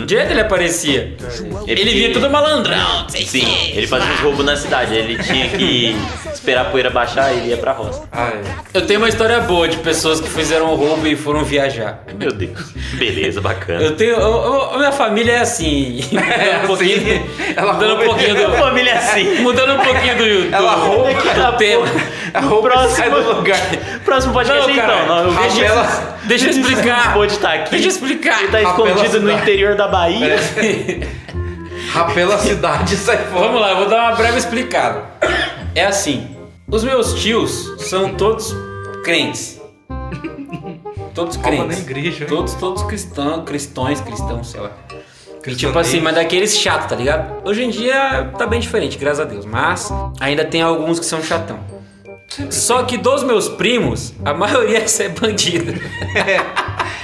Speaker 1: Direto ele aparecia. Uhum. Ele, vinha todo malandrão, não sei
Speaker 3: Sim,
Speaker 1: se.
Speaker 3: ele fazia uns roubos na cidade. Ele tinha que esperar a poeira baixar e ele ia pra roça.
Speaker 2: Ah, é.
Speaker 1: Eu tenho uma história boa de pessoas que fizeram roubo e foram viajar.
Speaker 3: Meu Deus. Beleza, bacana.
Speaker 1: Eu tenho. eu- eu- a minha família é *laughs* assim. Mudando um pouquinho.
Speaker 2: Ela
Speaker 1: mudando um
Speaker 2: rouba-
Speaker 1: pouquinho
Speaker 3: Minha
Speaker 1: do.
Speaker 3: família é assim.
Speaker 1: Mudando um pouquinho do. do
Speaker 2: Ela rouba
Speaker 1: do
Speaker 3: daqui a
Speaker 1: tema.
Speaker 2: A roupa
Speaker 3: tá Próximo.
Speaker 2: sai do lugar.
Speaker 3: Próximo podcast
Speaker 1: Não, cara,
Speaker 3: então. Não, eu
Speaker 2: rapela-
Speaker 3: vejo
Speaker 1: Deixa eu explicar.
Speaker 3: Pode estar aqui.
Speaker 1: Deixa eu É, explicar.
Speaker 3: Ele tá
Speaker 2: Rapela
Speaker 3: escondido no
Speaker 2: cidade.
Speaker 3: interior da Bahia.
Speaker 1: tá- *laughs*
Speaker 2: Rapela a cidade e sai fora.
Speaker 1: Vamos lá, eu vou dar uma breve explicada. É assim, os meus tios são todos crentes. Todos
Speaker 2: Rouba na
Speaker 1: crentes.
Speaker 2: igreja. hein?
Speaker 1: Todos, todos cristãos, cristões, cristãos, sei lá. E
Speaker 2: Cristão
Speaker 1: tipo assim,
Speaker 2: deles.
Speaker 1: mas daqueles chato, tá ligado? Hoje em dia tá bem diferente, graças a Deus. Mas ainda tem alguns que são chatão. Só que dos meus primos, a maioria *laughs* é bandida.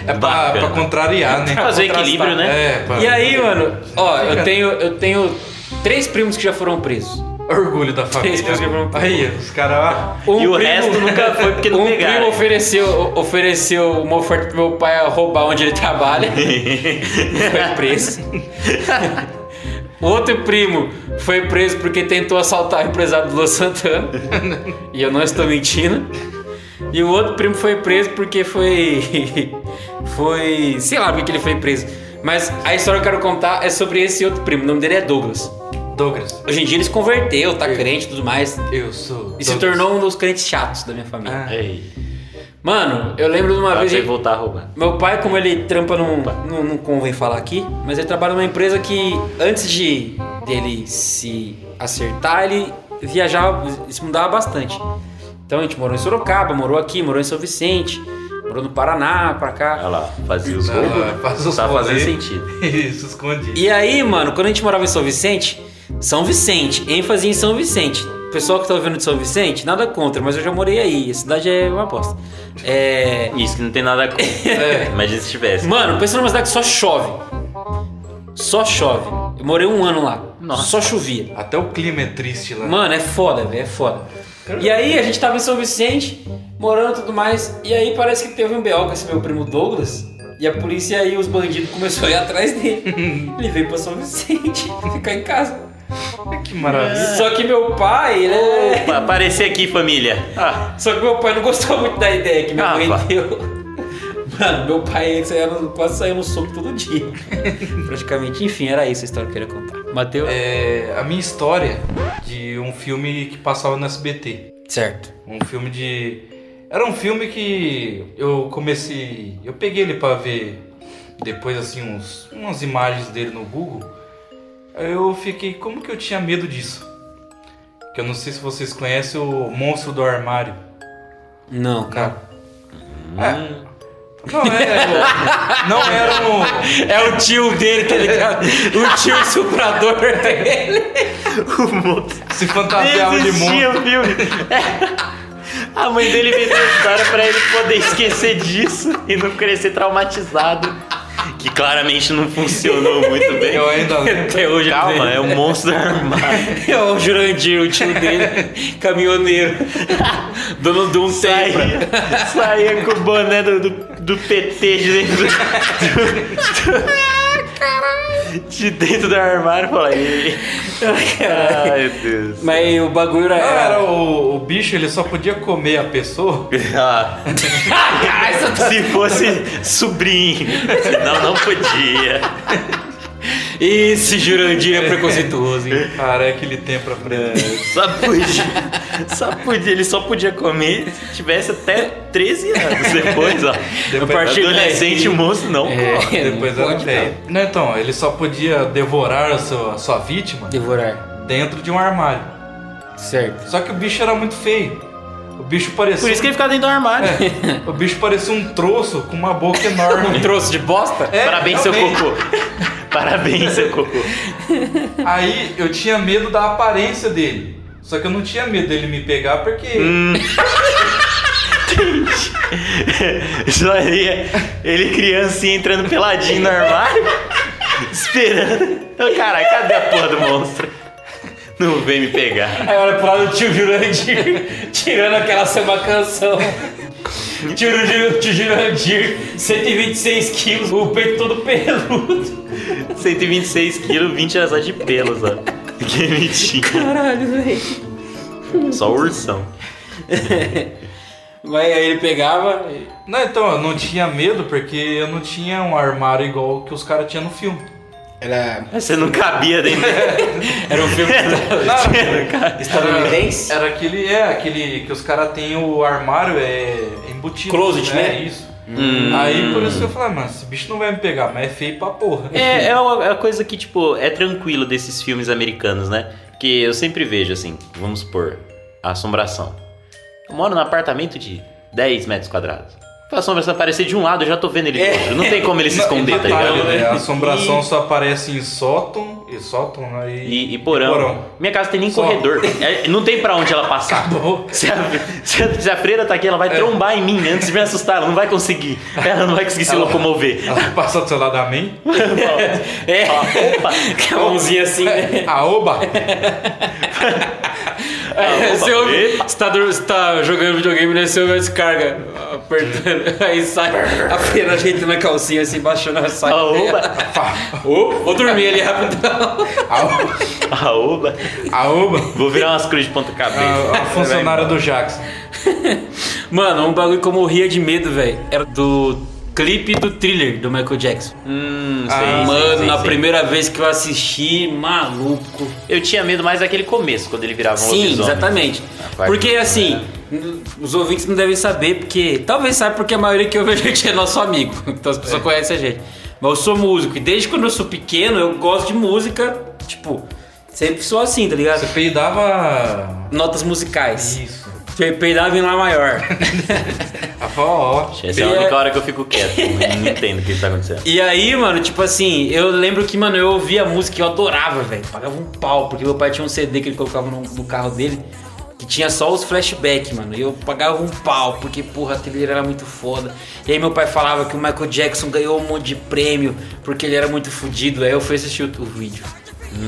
Speaker 2: É pra, pra contrariar, né?
Speaker 3: Fazer equilíbrio, né?
Speaker 2: É, pra...
Speaker 1: E aí, mano, ó, eu tenho, eu tenho três primos que já foram presos.
Speaker 2: Orgulho da família.
Speaker 1: Três pessoas vão-
Speaker 2: Aí, os caras...
Speaker 1: Um
Speaker 3: E o resto nunca foi porque não
Speaker 1: *laughs* um
Speaker 3: pegaram.
Speaker 1: primo ofereceu, ofereceu uma oferta pro meu pai a roubar onde ele
Speaker 3: *laughs*
Speaker 1: trabalha. foi preso. Outro primo foi preso porque tentou assaltar o empresário do Lua Santana. e eu não estou mentindo. E o outro primo foi preso porque foi. *laughs* Foi. Sei lá porque ele foi preso. Mas a história que eu quero contar é sobre esse outro primo. O nome dele é Douglas.
Speaker 2: Douglas,
Speaker 1: Hoje em dia ele se converteu, tá crente e tudo mais.
Speaker 2: eu sou...
Speaker 1: E se
Speaker 2: Douglas.
Speaker 1: tornou um dos crentes chatos da minha família.
Speaker 2: Ah,
Speaker 3: Ei,
Speaker 1: Mano, eu lembro de É. uma
Speaker 3: pra
Speaker 1: vez.
Speaker 3: você
Speaker 1: ele-
Speaker 3: voltar a roubar.
Speaker 1: Meu pai, como ele trampa num. Não, não convém falar aqui, mas ele trabalha numa empresa que antes de dele se acertar, ele viajava, se mudava bastante. Então a gente morou em Sorocaba, morou aqui, morou em São Vicente, morou no Paraná, pra cá.
Speaker 3: Olha lá, fazia os
Speaker 2: Ah,
Speaker 1: um
Speaker 3: roubos.
Speaker 2: faz os
Speaker 3: tá
Speaker 2: rolê.
Speaker 3: fazendo sentido.
Speaker 1: assim.
Speaker 2: *laughs* Isso, escondido.
Speaker 1: E aí, mano, quando a gente morava em São Vicente, São Vicente, ênfase em São Vicente. Pessoal que tá ouvindo de São Vicente, nada contra, mas eu já morei aí, a cidade é uma aposta. É.
Speaker 3: Isso que não tem nada contra. Imagina se tivesse.
Speaker 1: Mano, pensa numa cidade que só chove. Só chove. Eu morei um ano lá.
Speaker 3: Nossa.
Speaker 1: Só chovia.
Speaker 2: Até o clima é triste lá.
Speaker 1: Mano, é foda, velho, é foda. E aí a gente tava em São Vicente, morando e tudo mais, e aí parece que teve um BO com esse meu primo Douglas, e a polícia aí, os bandidos começaram a ir atrás dele. Ele veio pra São Vicente *laughs* ficar em casa.
Speaker 2: Que maravilha.
Speaker 1: Só que meu pai, ele é...
Speaker 3: Opa, aparecer aqui, família. Ah,
Speaker 1: Só que meu pai não gostou muito da ideia que minha
Speaker 3: Ah,
Speaker 1: mãe
Speaker 3: pá.
Speaker 1: deu. Mano, meu pai saía no- quase saía no soco todo *laughs* dia. Praticamente, enfim, era isso a história que eu queria contar. Mateus?
Speaker 2: É, a minha história de um filme que passava no SBT.
Speaker 1: Certo.
Speaker 2: Um filme de... Era um filme que eu comecei... Eu peguei ele pra ver depois, assim, uns, umas imagens dele no Google. Aí eu fiquei... Como que eu tinha medo disso? Que eu não sei se vocês conhecem o Monstro do Armário.
Speaker 1: Não, *laughs* cara.
Speaker 2: É. Não era... o- não era um...
Speaker 1: É o tio dele, tá ligado? O tio suprador dele.
Speaker 3: *laughs* o monstro.
Speaker 2: Se fantasiava de monstro.
Speaker 3: Existia o filme. É. *laughs* A mãe dele vendeu a história pra ele poder esquecer disso e não crescer traumatizado. que claramente não funcionou *laughs* muito bem.
Speaker 2: Eu ainda lembro.
Speaker 1: Até hoje
Speaker 3: Calma, é
Speaker 1: ele
Speaker 3: um monstro armado. *laughs*
Speaker 1: é o Jurandir, o tio dele, caminhoneiro, dono de um tempra.
Speaker 3: Saía, saía com o boné do, do- do PT de dentro do, do- *laughs* de dentro do armário e falava. "Ih". Ai, meu Deus.
Speaker 1: Mas o bagulho Ah, era...
Speaker 2: Não, era o, o bicho, ele só podia comer a pessoa.
Speaker 3: Ah,
Speaker 1: Ah,
Speaker 3: *laughs* se fosse sobrinho. Não, não podia.
Speaker 1: Esse Jurandir *laughs* é preconceituoso, hein?
Speaker 2: Cara, é aquele tempo pra frente.
Speaker 3: Só podia, só podia. Ele só podia comer se tivesse até 13 anos depois, *laughs* ó.
Speaker 1: Depois-
Speaker 3: adolescente, o monstro não come.
Speaker 1: É,
Speaker 2: Depois
Speaker 1: não
Speaker 2: era
Speaker 1: pode
Speaker 2: feio. Não, então, ele só podia devorar a sua, a sua vítima
Speaker 1: Devorar.
Speaker 2: dentro de um armário.
Speaker 1: Certo.
Speaker 2: Só que o bicho era muito feio. O bicho parecia.
Speaker 3: Por isso que ele ficava dentro do armário.
Speaker 2: É, o bicho parecia um troço com uma boca enorme.
Speaker 1: Um troço de bosta?
Speaker 2: É,
Speaker 3: Parabéns, seu
Speaker 2: realmente.
Speaker 3: cocô. Parabéns, seu cocô.
Speaker 2: Aí eu tinha medo da aparência dele. Só que eu não tinha medo dele me pegar porque.
Speaker 3: Só ele, é ele criancinha entrando peladinho no armário, esperando. Oh, Caralho, cadê a porra do monstro? Não vem me pegar.
Speaker 1: Aí olha pro lado do tio Jurandir *laughs* tirando aquela samba canção. Tio, Ju- tio Jurandir, 126 quilos, o peito todo peludo.
Speaker 3: 126 quilos, 20 era só de pelos, ó. Que mentira.
Speaker 1: Caralho, velho.
Speaker 3: Só ursão.
Speaker 1: Mas aí ele pegava. e-
Speaker 2: Não, então, eu não tinha medo porque eu não tinha um armário igual que os caras tinham no filme.
Speaker 1: Era.
Speaker 3: Você não cabia dentro.
Speaker 1: Era um
Speaker 3: *laughs*
Speaker 1: filme
Speaker 2: *laughs* Não,
Speaker 1: estadunidense?
Speaker 2: Era aquele, é, aquele que os caras têm o armário é embutido.
Speaker 1: Closet, né?
Speaker 2: Isso. Hum.
Speaker 3: Hum.
Speaker 2: Aí por isso que eu falei, mano, esse bicho não vai me pegar, mas é feio pra porra.
Speaker 3: É, é uma, é uma coisa que, tipo, é tranquilo desses filmes americanos, né? Que eu sempre vejo, assim, vamos supor, a assombração. Eu moro num apartamento de 10 metros quadrados. A assombração aparecer de um lado, eu já tô vendo ele do outro. Não tem como ele
Speaker 2: É.
Speaker 3: se
Speaker 2: Não,
Speaker 3: esconder, tá
Speaker 2: detalhe,
Speaker 3: ligado?
Speaker 2: né? A assombração só aparece em sótão e sótão, né?
Speaker 3: E, e porão. Minha casa tem nem
Speaker 2: Só.
Speaker 3: corredor. É, não tem pra onde ela passar.
Speaker 2: Acabou.
Speaker 3: Se a, se a- se a freira tá aqui, ela vai trombar em mim antes de me assustar. Ela não vai conseguir. Ela não vai conseguir se
Speaker 2: Ela-
Speaker 3: locomover.
Speaker 2: Ela passa do seu lado da mim.
Speaker 1: É.
Speaker 3: Ah, Opa! É.
Speaker 1: Com a mãozinha assim, né?
Speaker 2: A oba!
Speaker 1: Aí É, você
Speaker 3: opa.
Speaker 1: ouve. Você tá, dur- você tá jogando videogame, né? Você ouve a descarga. Apertando. *laughs* Aí sai a pena ajeitando a calcinha assim, baixando a saia.
Speaker 3: A oba!
Speaker 1: Ô, Vou dormir ali rapidão.
Speaker 2: A oba!
Speaker 3: A oba!
Speaker 2: A
Speaker 3: *laughs*
Speaker 2: oba!
Speaker 3: Ah, Vou virar umas cruzes de ponta cabeça.
Speaker 2: A, a funcionária do Jackson.
Speaker 1: Mano, um bagulho que eu morria de medo, velho. Era do clipe do thriller do Michael Jackson.
Speaker 3: Hum,
Speaker 2: Ah,
Speaker 1: Mano, na
Speaker 3: sim.
Speaker 1: primeira vez que eu assisti, maluco.
Speaker 3: Eu tinha medo mais daquele começo, quando ele virava um
Speaker 1: Sim,
Speaker 3: lobisomem.
Speaker 1: exatamente.
Speaker 3: parte
Speaker 1: Porque assim, n-
Speaker 3: é.
Speaker 1: os ouvintes não devem saber, porque. Talvez saiba porque a maioria que ouve a *laughs* gente é nosso amigo. Então as
Speaker 3: É.
Speaker 1: pessoas conhecem a gente. Mas eu sou músico e desde quando eu sou pequeno eu gosto de música, tipo, sempre sou assim, tá ligado?
Speaker 2: Você peidava.
Speaker 1: Notas musicais.
Speaker 2: Isso.
Speaker 1: Peidava em Lá Maior.
Speaker 2: A ó.
Speaker 3: Essa é a
Speaker 1: E é-
Speaker 3: única hora que eu fico *laughs* quieto. Eu Não entendo o que tá acontecendo.
Speaker 1: E aí, mano, tipo assim, eu lembro que, mano, eu ouvia a música e eu adorava, velho. Pagava um pau, porque meu pai tinha um CD que ele colocava no, no carro dele, que tinha só os flashbacks, mano. E eu pagava um pau, porque, porra, a trilha era muito foda. E aí meu pai falava que o Michael Jackson ganhou um monte de prêmio, porque ele era muito fodido. Aí eu fui assistir o, o vídeo.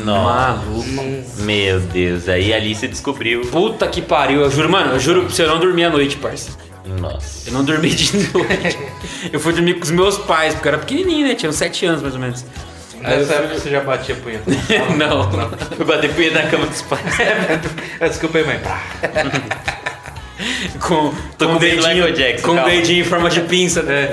Speaker 3: Nossa.
Speaker 1: Maluco.
Speaker 3: Meu Deus, aí ali você descobriu.
Speaker 1: Puta que pariu, eu juro, mano, eu juro pra você, eu não dormi à noite, parça.
Speaker 3: Nossa.
Speaker 1: Eu não dormi de *laughs* noite. eu fui dormir com os meus pais, porque eu era pequenininho, né? Tinha uns 7 anos, mais ou menos.
Speaker 2: Nessa época você já batia
Speaker 3: *laughs*
Speaker 2: punheta.
Speaker 1: não.
Speaker 3: Eu bati punheta na cama dos pais.
Speaker 2: Ah, Desculpa aí, mãe.
Speaker 1: *laughs* Com,
Speaker 3: Tô com
Speaker 1: o
Speaker 3: medo do Michael Jackson,
Speaker 1: com o
Speaker 3: calma.
Speaker 1: dedinho em forma de pinça,
Speaker 3: *laughs*
Speaker 1: né?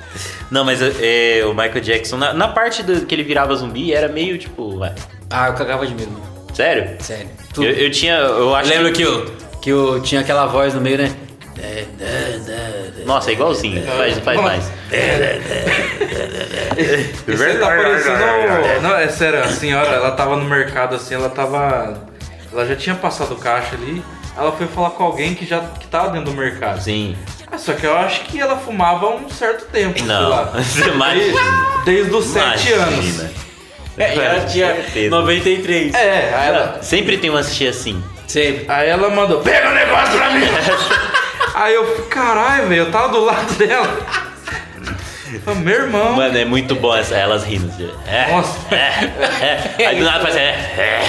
Speaker 3: *laughs* Não, mas é, o Michael Jackson, na, na parte do, que ele virava zumbi, era meio tipo. vai.
Speaker 1: ah, eu cagava de medo, mano.
Speaker 3: Sério?
Speaker 1: Sério.
Speaker 3: Eu,
Speaker 1: Tu,
Speaker 3: eu tinha. Eu acho
Speaker 1: lembra que eu, que eu tinha aquela voz no meio, né? É, é, é, é.
Speaker 3: Nossa, é igualzinho. Faz,
Speaker 2: *laughs*
Speaker 3: faz mais. É
Speaker 2: Você tá parecendo. Não, é sério, a senhora, ela tava no mercado assim, ela tava. Ela já tinha passado o caixa ali. Ela foi falar com alguém que já que tava dentro do mercado.
Speaker 3: Sim.
Speaker 2: Ah, só que eu acho que ela fumava há um certo tempo, sei
Speaker 3: Não.
Speaker 2: lá.
Speaker 3: *laughs* Você imagina.
Speaker 2: Desde os sete anos.
Speaker 3: Imagina.
Speaker 1: É, ela tinha
Speaker 3: Certeza.
Speaker 1: 93.
Speaker 2: É, aí ela,
Speaker 3: Sempre tem uma tia assim.
Speaker 1: Sempre.
Speaker 2: aí ela mandou, pega o negócio *laughs* pra mim! aí eu, caralho, velho, eu tava do lado dela. Fala, Meu irmão.
Speaker 3: Mano, é muito bom essa, elas rindo. de- É,
Speaker 2: Nossa.
Speaker 3: é, é. Aí do nada faz. É,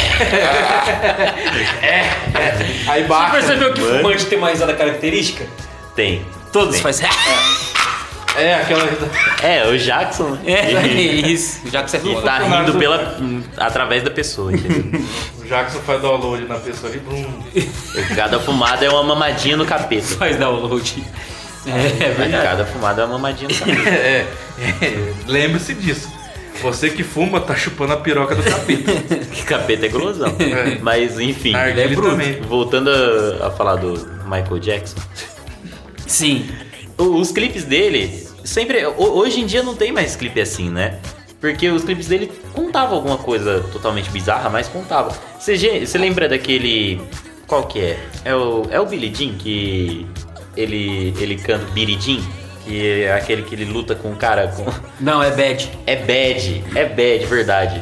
Speaker 2: Aí
Speaker 1: Você
Speaker 2: baixa.
Speaker 1: percebeu que
Speaker 3: Ah, Mano.
Speaker 1: fumante tem uma risada característica?
Speaker 3: é. Tem.
Speaker 1: Todos
Speaker 3: Tem.
Speaker 1: fazem.
Speaker 2: É, aquela.
Speaker 3: É, o Jackson. *laughs* né?
Speaker 1: *laughs* É, é
Speaker 3: Ele
Speaker 1: isso. Já que você é foda.
Speaker 3: tá rindo pela, através da pessoa, entendeu?
Speaker 2: O Jackson faz download na pessoa ali.
Speaker 3: *laughs*
Speaker 2: Blum.
Speaker 3: Cada fumada é uma mamadinha no capeta.
Speaker 1: *laughs* Faz download. É, é verdade.
Speaker 3: Cada fumada é uma mamadinha no capeta.
Speaker 2: É, é. Lembre-se disso. Você que fuma tá chupando a piroca
Speaker 3: *laughs*
Speaker 2: do capeta.
Speaker 3: Que capeta é gulosão.
Speaker 2: É.
Speaker 3: Mas enfim.
Speaker 2: Narguilé
Speaker 1: ele é bruto.
Speaker 2: também.
Speaker 3: Voltando a, a falar do Michael Jackson.
Speaker 1: é. Sim.
Speaker 3: o- Os clipes dele sempre. ho- Hoje em dia não tem mais clipe assim, né? Porque os clipes dele contavam alguma coisa totalmente bizarra, mas contava. Você ge- você lembra daquele. Qual que é? É o, é o Billy Jean que. Ele, ele canta Billy Jean? Que é aquele que ele luta com o cara com. *laughs*
Speaker 1: Não, é bad.
Speaker 3: É bad, é bad, verdade.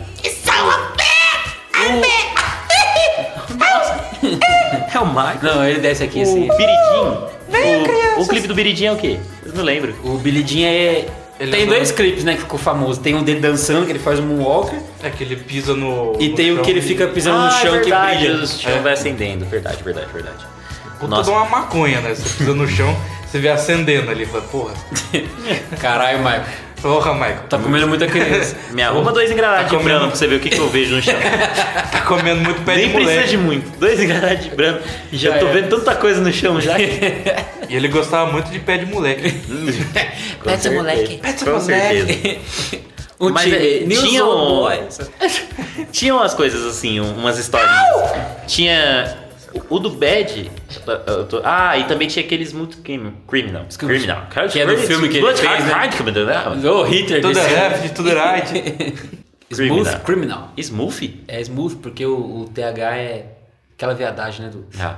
Speaker 1: É o Mike? Não, ele desce aqui
Speaker 3: O Oh,
Speaker 1: assim.
Speaker 3: Biridim. O, o clipe do Biridim é o quê? Eu não lembro.
Speaker 1: O Billy Jean é.
Speaker 2: Ele
Speaker 1: tem
Speaker 2: é
Speaker 1: dois clipes, né, que ficou famoso. Tem um dele dançando, que ele faz um moonwalker.
Speaker 2: É que ele pisa no.
Speaker 1: E
Speaker 2: no
Speaker 1: tem o
Speaker 2: chão
Speaker 1: que ele fica pisando
Speaker 3: Ah,
Speaker 1: no um chão
Speaker 3: é verdade,
Speaker 1: que brilha.
Speaker 3: O chão vai acendendo, verdade, verdade, verdade.
Speaker 2: Puta
Speaker 3: Nossa.
Speaker 2: dá uma maconha, né? Você pisa no chão, você vê acendendo ali. Fala, porra.
Speaker 1: Caralho, Michael.
Speaker 2: Porra, Michael.
Speaker 1: Tá comendo muita *laughs* criança.
Speaker 3: Me arruma dois
Speaker 2: Tá
Speaker 3: engradados de
Speaker 2: comendo.
Speaker 3: branco pra você ver o que, que eu
Speaker 1: *laughs*
Speaker 3: vejo no chão.
Speaker 2: Tá comendo muito pé
Speaker 3: Nem
Speaker 2: de
Speaker 3: precisa
Speaker 2: moleque.
Speaker 3: de muito. Dois engradados de branco. Já
Speaker 1: Já
Speaker 3: tô
Speaker 1: é.
Speaker 3: vendo tanta coisa no chão já.
Speaker 1: *laughs*
Speaker 3: que-
Speaker 2: E ele gostava muito de pé de moleque.
Speaker 3: *laughs* Com certeza.
Speaker 1: moleque.
Speaker 3: Com certeza.
Speaker 1: O
Speaker 3: Mas,
Speaker 1: time,
Speaker 3: é,
Speaker 1: News
Speaker 3: tinha
Speaker 1: Old
Speaker 3: um-
Speaker 1: Boys.
Speaker 3: Tinha umas coisas assim, um- umas histórias. Tinha. o- O do Bad. eu tô- eu tô- ah, e também tinha aquele Smooth Crim- Criminal.
Speaker 1: Excuse-
Speaker 3: Criminal.
Speaker 1: que é do filme que ele
Speaker 3: Blood
Speaker 1: fez, né?
Speaker 3: Hard Criminal. né?
Speaker 1: O Hitler
Speaker 2: Tudo é
Speaker 1: desse-
Speaker 2: left, tudo é right.
Speaker 1: *laughs* Smooth
Speaker 3: Criminal.
Speaker 1: Criminal.
Speaker 3: Smooth?
Speaker 1: É smooth porque o, o TH é aquela viadagem, né? Do... *laughs*
Speaker 3: Ah.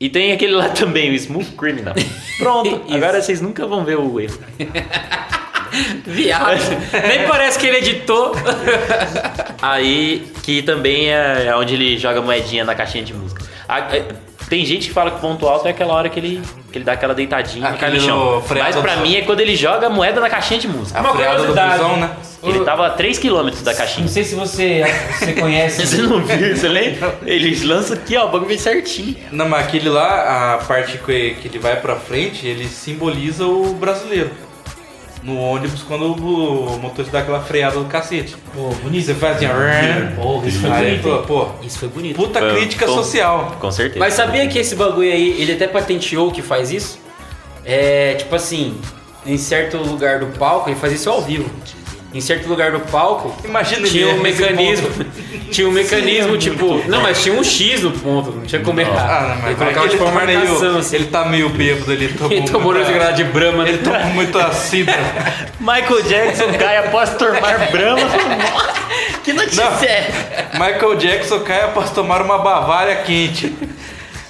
Speaker 3: E tem aquele lá também, o Smooth Criminal. *laughs* Pronto,
Speaker 1: Isso.
Speaker 3: agora vocês nunca vão ver o erro.
Speaker 1: Viagem. Nem parece que ele editou.
Speaker 3: Aí, que também é é onde ele joga moedinha na caixinha de música. Ah, é, tem gente que fala que o ponto alto é aquela hora que ele, que ele dá aquela deitadinha e cai
Speaker 2: Aquele
Speaker 3: no chão.
Speaker 2: no freado
Speaker 3: Mas pra
Speaker 2: do-
Speaker 3: mim é quando ele joga a moeda na caixinha de música.
Speaker 2: A
Speaker 1: Uma
Speaker 2: freada do
Speaker 1: curiosidade.
Speaker 2: busão, né?
Speaker 3: Ele
Speaker 1: o-
Speaker 3: tava a 3km da caixinha.
Speaker 4: Não sei se você, você
Speaker 1: *laughs*
Speaker 4: conhece.
Speaker 3: *laughs* Você não viu, né? você lembra? Eles lançam aqui, ó, o bagulho bem certinho.
Speaker 2: Não, mas aquele lá, a parte que, que ele vai pra frente, ele simboliza o brasileiro. No ônibus, quando o, o motorista dá aquela freada do cacete.
Speaker 4: Pô,
Speaker 2: E
Speaker 4: bonito.
Speaker 2: você faz assim, ó,
Speaker 4: Porra, isso foi
Speaker 2: aí,
Speaker 4: bonito.
Speaker 2: pô, pô,
Speaker 1: Isso foi bonito.
Speaker 2: puta
Speaker 3: Foi um
Speaker 2: crítica
Speaker 3: tom.
Speaker 2: social.
Speaker 3: Com certeza.
Speaker 1: Mas sabia que esse bagulho aí, ele até patenteou que faz isso? É, tipo assim, em certo lugar do palco, ele faz isso ao vivo. Em certo lugar do palco,
Speaker 2: Imagina ele
Speaker 1: tinha um
Speaker 2: nesse é
Speaker 1: mecanismo, *laughs* tinha um mecanismo
Speaker 2: muito
Speaker 1: tipo, não, mas tinha um X no ponto, não tinha como
Speaker 2: Ah,
Speaker 1: errar.
Speaker 2: não,
Speaker 1: ele
Speaker 2: mas
Speaker 1: colocava
Speaker 2: ele,
Speaker 1: tipo
Speaker 2: tá
Speaker 1: uma marcação
Speaker 2: meio,
Speaker 1: assim.
Speaker 2: ele tá meio bêbado, ele
Speaker 1: *laughs*
Speaker 2: tomou,
Speaker 1: Ele tomou
Speaker 2: muita-
Speaker 1: de grado de brama, né?
Speaker 2: ele tomou muita
Speaker 1: *laughs*
Speaker 2: cidra.
Speaker 3: Michael Jackson cai após tomar brama.
Speaker 1: *laughs*
Speaker 3: que notícia
Speaker 2: Não.
Speaker 3: é?
Speaker 2: Michael Jackson cai após tomar uma bavária quente.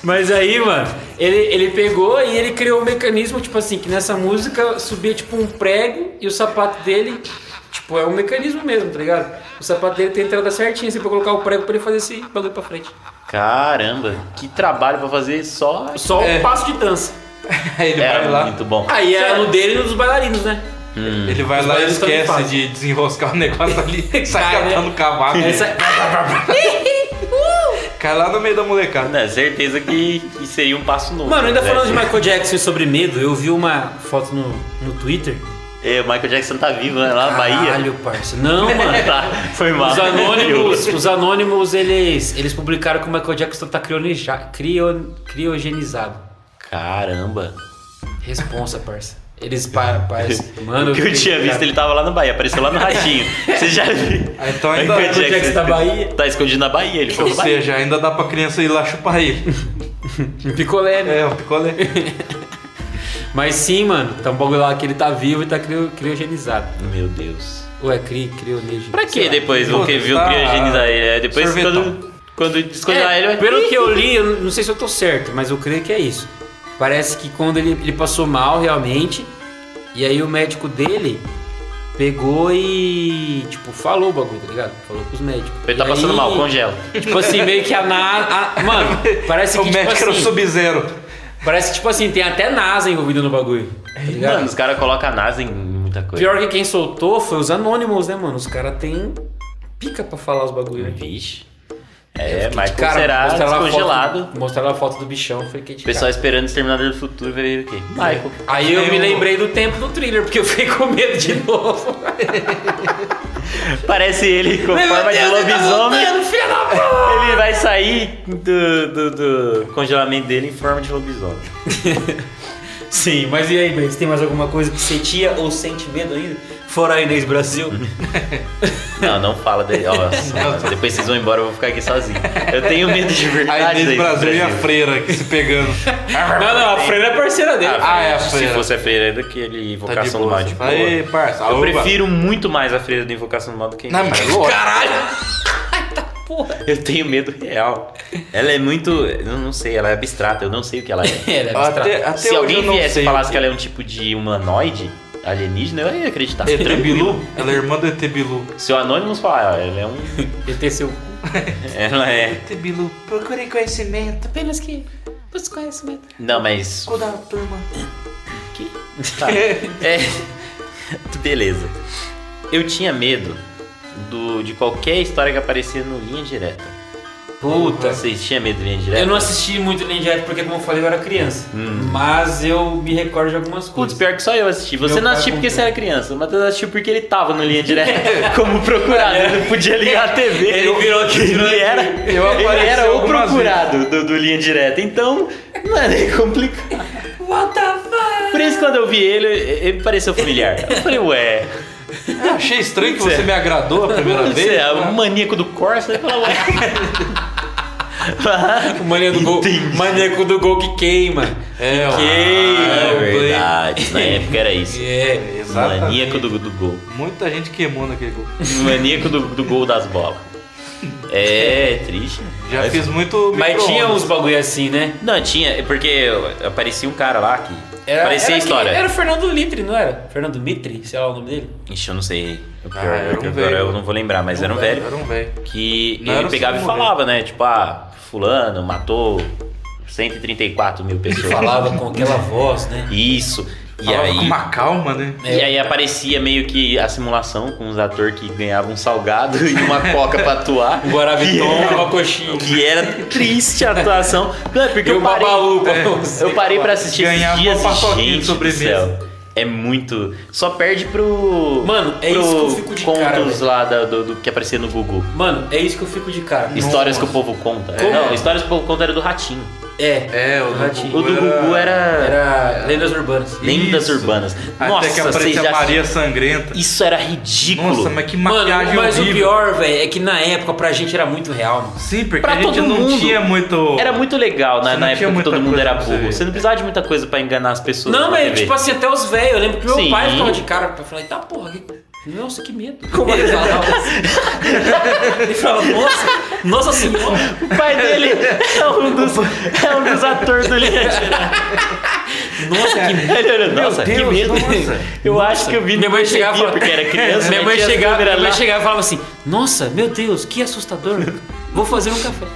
Speaker 1: Mas aí, mano, ele, ele pegou e ele criou um mecanismo, tipo assim, que nessa música subia tipo um prego e o sapato dele, tipo, é um mecanismo mesmo, tá ligado? O sapato dele tem entrada certinha, assim, pra colocar o prego pra ele fazer esse bagulho pra frente.
Speaker 3: Caramba, que trabalho pra fazer só.
Speaker 1: Só
Speaker 2: É.
Speaker 1: um passo de dança.
Speaker 2: Aí ele vai
Speaker 3: Era
Speaker 2: lá,
Speaker 3: muito bom.
Speaker 1: Aí era no dele e no dos bailarinos, né?
Speaker 2: ele vai
Speaker 1: Os
Speaker 2: lá e
Speaker 1: baianos também
Speaker 2: esquece
Speaker 1: fazem.
Speaker 2: de desenroscar o
Speaker 1: *laughs*
Speaker 2: negócio ali, sai
Speaker 1: Cara,
Speaker 2: catando cavaco.
Speaker 1: Essa-
Speaker 2: Cai lá no meio da molecada.
Speaker 3: Na É, certeza que, que seria um passo novo.
Speaker 1: Mano, ainda
Speaker 3: né?
Speaker 1: falando de Michael Jackson e sobre medo, eu vi uma foto no, no Twitter.
Speaker 3: É, o Michael Jackson tá vivo né? lá na Bahia.
Speaker 1: Caralho, parça. *laughs* Não, mano.
Speaker 3: Tá, foi mal.
Speaker 1: Os anônimos, os anônimos, eles, eles publicaram que o Michael Jackson tá crioneja- crio- criogenizado.
Speaker 3: Caramba.
Speaker 1: Responsa, parça. Eles pa,
Speaker 3: *laughs*
Speaker 1: parece. Mano,
Speaker 3: O que eu tinha visto, ele tava lá na Bahia, apareceu lá no ratinho. Você já viu?
Speaker 2: Ah, então ainda-
Speaker 3: Michael
Speaker 1: Michael Jackson tá Bahia.
Speaker 3: Tá escondido na Bahia, ele foi
Speaker 2: Ou
Speaker 3: pra Bahia.
Speaker 2: seja, ainda dá pra criança ir lá chupar
Speaker 1: *laughs*
Speaker 2: ele.
Speaker 1: Um picolé, né?
Speaker 2: É, o picolé.
Speaker 1: Mas sim, mano. Tá um bagulho lá que ele tá vivo e tá crio, criogenizado.
Speaker 3: Meu Deus.
Speaker 1: Ou é cri, crionegenizado.
Speaker 3: Pra que depois o
Speaker 2: Puta,
Speaker 3: que viu
Speaker 2: tá-
Speaker 3: criogenizar ele? É, Depois
Speaker 2: Sorvetão.
Speaker 3: quando, quando descongelar
Speaker 1: É,
Speaker 3: ele.
Speaker 1: pelo que eu li, eu não sei se eu tô certo, mas eu creio que é isso. Parece que quando ele, ele passou mal realmente, e aí o médico dele pegou e, tipo, falou o bagulho, tá ligado? Falou pros médicos.
Speaker 3: Ele tá
Speaker 1: E
Speaker 3: passando
Speaker 1: aí,
Speaker 3: mal, congela.
Speaker 1: Tipo
Speaker 3: *laughs*
Speaker 1: assim, meio que a na... a- Mano, parece
Speaker 2: o
Speaker 1: que, tipo
Speaker 2: médico era o
Speaker 1: assim,
Speaker 2: sub-zero.
Speaker 1: parece que, tipo assim, tem até NASA envolvida no bagulho, tá ligado?
Speaker 3: Mano, os caras colocam a NASA em muita coisa.
Speaker 1: Pior que quem soltou foi os anônimos, né, mano? Os caras têm pica pra falar os bagulho. né?
Speaker 3: Vixe. É, mas
Speaker 1: Cara,
Speaker 3: será
Speaker 1: mostraram a
Speaker 3: descongelado.
Speaker 1: Foto, mostraram a foto do bichão, foi que
Speaker 3: O pessoal esperando o Exterminador do Futuro vai ver o quê?
Speaker 1: É.
Speaker 3: Michael.
Speaker 1: Aí eu me lembrei do tempo do thriller, porque eu fiquei com medo *laughs* de novo.
Speaker 3: Parece ele com
Speaker 1: Meu
Speaker 3: forma de
Speaker 1: Deus, ele tá
Speaker 3: lobisomem.
Speaker 1: voltando, filho da puta!
Speaker 3: Ele vai sair do, do- do congelamento dele em forma de lobisomem.
Speaker 1: Sim, mas e aí, Ben? Você tem mais alguma coisa que sentia ou sente medo ainda? Fora a Inês Brasil.
Speaker 3: Não, não fala dele.
Speaker 1: *laughs*
Speaker 3: Ó, nossa, depois vocês vão embora, eu vou ficar aqui sozinho. Eu tenho medo de verdade.
Speaker 2: A Inês
Speaker 3: daí,
Speaker 2: Brasil e a freira aqui se
Speaker 3: *laughs*
Speaker 2: pegando.
Speaker 1: não, não, a Freira é parceira dele.
Speaker 2: Ah, é a
Speaker 3: Se
Speaker 2: freira.
Speaker 3: fosse a freira daquele
Speaker 2: Tá de
Speaker 3: Invocação do
Speaker 2: boa.
Speaker 3: Mal de boa.
Speaker 2: Aí, parça.
Speaker 3: Eu
Speaker 2: alô,
Speaker 3: prefiro muito mais a freira do Invocação do Mal do que a
Speaker 2: Não,
Speaker 3: Inês
Speaker 2: mas é
Speaker 3: Brasil.
Speaker 2: lógico.
Speaker 3: *laughs* Eu tenho medo real. Ela é muito. Eu não sei, ela é abstrata, eu não sei o que ela é.
Speaker 1: É, ele é abstrato.
Speaker 2: *laughs* Até, até
Speaker 3: Se
Speaker 2: hoje
Speaker 3: alguém
Speaker 2: eu não
Speaker 3: viesse
Speaker 2: sei
Speaker 3: e
Speaker 2: o
Speaker 3: falasse
Speaker 2: que-
Speaker 3: que ela é um tipo de humanoide alienígena, eu ia acreditar.
Speaker 2: ET
Speaker 3: Tranquilo.
Speaker 2: Bilu? Ela é irmã do ET Bilu.
Speaker 3: Se o Anonymous falar, ah, ela é um.
Speaker 2: *laughs*
Speaker 1: Ele tem seu cu.
Speaker 3: Ela é.
Speaker 2: ET Bilu, procure conhecimento.
Speaker 1: É Apenas que. Você conhece mesmo.
Speaker 3: Não, mas.
Speaker 2: Cu da turma. *laughs*
Speaker 3: Tá. É. Beleza. Eu tinha medo do, de qualquer história que aparecia no Linha Direta.
Speaker 1: Puta.
Speaker 3: Vocês tinham medo de Linha Direta?
Speaker 1: Eu não assisti muito Linha Direta porque, como eu falei, eu era criança.
Speaker 3: Hum.
Speaker 1: Mas eu me recordo de algumas
Speaker 3: Putz,
Speaker 1: coisas.
Speaker 3: pior que só eu assisti. Você
Speaker 4: Meu
Speaker 3: não
Speaker 4: pai
Speaker 3: assistiu porque você
Speaker 4: comprou.
Speaker 3: era criança. O Matheus assistiu porque ele tava no
Speaker 1: *laughs*
Speaker 3: Linha Direta como procurado. Ele não podia ligar a TV.
Speaker 1: Ele virou aqui.
Speaker 3: *laughs* Ele era,
Speaker 2: Eu
Speaker 3: ele
Speaker 2: apareci
Speaker 3: era o
Speaker 2: algumas
Speaker 3: procurado do, do Linha Direta. Então, não é nem complicado.
Speaker 1: What the fuck?
Speaker 3: Por isso, quando eu vi ele, ele me pareceu familiar. Eu falei, ué,
Speaker 2: Eu achei estranho que
Speaker 3: Você-
Speaker 2: você um me agradou *laughs* a primeira
Speaker 3: você
Speaker 2: vez.
Speaker 3: é o maníaco do Corsa? Ele *laughs* falou, ué. Ah,
Speaker 1: O maníaco do gol. Maníaco do gol que queima.
Speaker 2: *laughs* É, ó.
Speaker 1: Queima.
Speaker 2: Ah,
Speaker 3: É
Speaker 2: eu falei.
Speaker 3: verdade, *laughs* na época era isso.
Speaker 1: É.
Speaker 2: Exatamente.
Speaker 3: Maníaco do, do gol.
Speaker 2: Muita gente queimou naquele gol.
Speaker 3: Maníaco do, do gol das bolas. É, triste.
Speaker 2: Já fiz muito
Speaker 1: Mas tinha
Speaker 2: micro-ondas.
Speaker 1: uns bagulho assim, né?
Speaker 3: Não, tinha, porque aparecia um cara lá que aparecia a
Speaker 1: que-
Speaker 3: história.
Speaker 1: Era o Fernando Litre, não era? Fernando Mitre, sei lá o nome dele.
Speaker 3: Ixi, eu não sei. O pior
Speaker 2: Ah,
Speaker 3: é
Speaker 2: era
Speaker 3: que
Speaker 2: um
Speaker 3: agora
Speaker 2: velho.
Speaker 3: eu não vou lembrar, mas era um velho.
Speaker 2: Era um velho.
Speaker 3: Que
Speaker 2: Não era
Speaker 3: ele
Speaker 2: o
Speaker 3: pegava e
Speaker 2: segundo
Speaker 3: falava, né? Tipo, ah, fulano matou 134 mil pessoas.
Speaker 1: Falava com aquela voz, né?
Speaker 3: Isso. E
Speaker 2: Falava
Speaker 3: aí.
Speaker 2: com uma calma, né?
Speaker 3: E aí aparecia meio que a simulação com os atores que ganhavam um salgado *laughs* e uma coca pra
Speaker 1: *laughs*
Speaker 3: atuar.
Speaker 1: Um Guaraviton e uma coxinha.
Speaker 3: Que era triste a atuação. Não, é porque
Speaker 1: E
Speaker 3: eu
Speaker 1: o
Speaker 3: parei,
Speaker 1: Babalu, pra
Speaker 3: É,
Speaker 1: você.
Speaker 3: eu parei pra assistir
Speaker 2: Ganhava
Speaker 3: esses
Speaker 2: uma
Speaker 3: dias e,
Speaker 2: paçoquinha um de
Speaker 3: gente do
Speaker 2: sobremesa.
Speaker 3: céu. É muito... Só perde pro...
Speaker 1: Mano, é
Speaker 3: pro
Speaker 1: isso que eu fico de
Speaker 3: contos
Speaker 1: cara, velho.
Speaker 3: lá da- do, do que aparecia no Google.
Speaker 1: Mano, é isso que eu fico de cara.
Speaker 3: Histórias que o povo conta.
Speaker 1: Como?
Speaker 3: Não, histórias que o povo conta era do Ratinho.
Speaker 1: É.
Speaker 2: É, o do
Speaker 1: Ratinho.
Speaker 3: O do Gugu era...
Speaker 1: Era lendas urbanas.
Speaker 3: Lendas
Speaker 2: Isso.
Speaker 3: urbanas.
Speaker 2: Até
Speaker 3: Nossa,
Speaker 2: que
Speaker 3: vocês
Speaker 2: aparecia
Speaker 3: já...
Speaker 2: a Maria Sangrenta.
Speaker 3: Isso era ridículo.
Speaker 2: Nossa, mas que
Speaker 1: Mano,
Speaker 2: maquiagem
Speaker 1: mas o
Speaker 2: horrível.
Speaker 1: pior, velho, é que na época pra gente era muito real, mano.
Speaker 2: Sim, porque
Speaker 3: Pra
Speaker 2: a gente
Speaker 3: todo
Speaker 2: não
Speaker 3: mundo.
Speaker 2: tinha muito...
Speaker 3: Era muito legal né?
Speaker 2: Você
Speaker 3: na,
Speaker 2: não
Speaker 3: na
Speaker 2: tinha
Speaker 3: época que
Speaker 2: muita
Speaker 3: todo mundo
Speaker 2: coisa
Speaker 3: era
Speaker 2: pra você
Speaker 3: burro.
Speaker 2: ver.
Speaker 3: Você não precisava de muita coisa pra enganar as pessoas.
Speaker 1: Não,
Speaker 3: na
Speaker 1: mas
Speaker 3: TV.
Speaker 1: tipo assim, até os velhos. Eu lembro que meu
Speaker 3: Sim.
Speaker 1: pai ficava de cara pra falar, tá porra, que... nossa, que medo. Como
Speaker 3: é?
Speaker 1: ele falava assim. *laughs* Ele falava, nossa, nossa senhora.
Speaker 3: O pai *laughs* dele é um dos, é um *laughs* dos atores do Linha Direta.
Speaker 1: Nossa, que medo.
Speaker 3: Ele olhou, É. nossa, que
Speaker 2: Deus,
Speaker 3: medo.
Speaker 2: nossa.
Speaker 3: *laughs* Eu acho que eu vi
Speaker 1: Minha mãe
Speaker 3: não
Speaker 1: chegava e falava-
Speaker 3: percebia, porque era criança.
Speaker 1: minha
Speaker 3: né?
Speaker 1: mãe
Speaker 3: Tinha as
Speaker 1: chegava,
Speaker 3: câmeras
Speaker 1: minha mãe
Speaker 3: lá.
Speaker 1: chegava e falava assim: Nossa, meu Deus, que assustador. Vou fazer um café.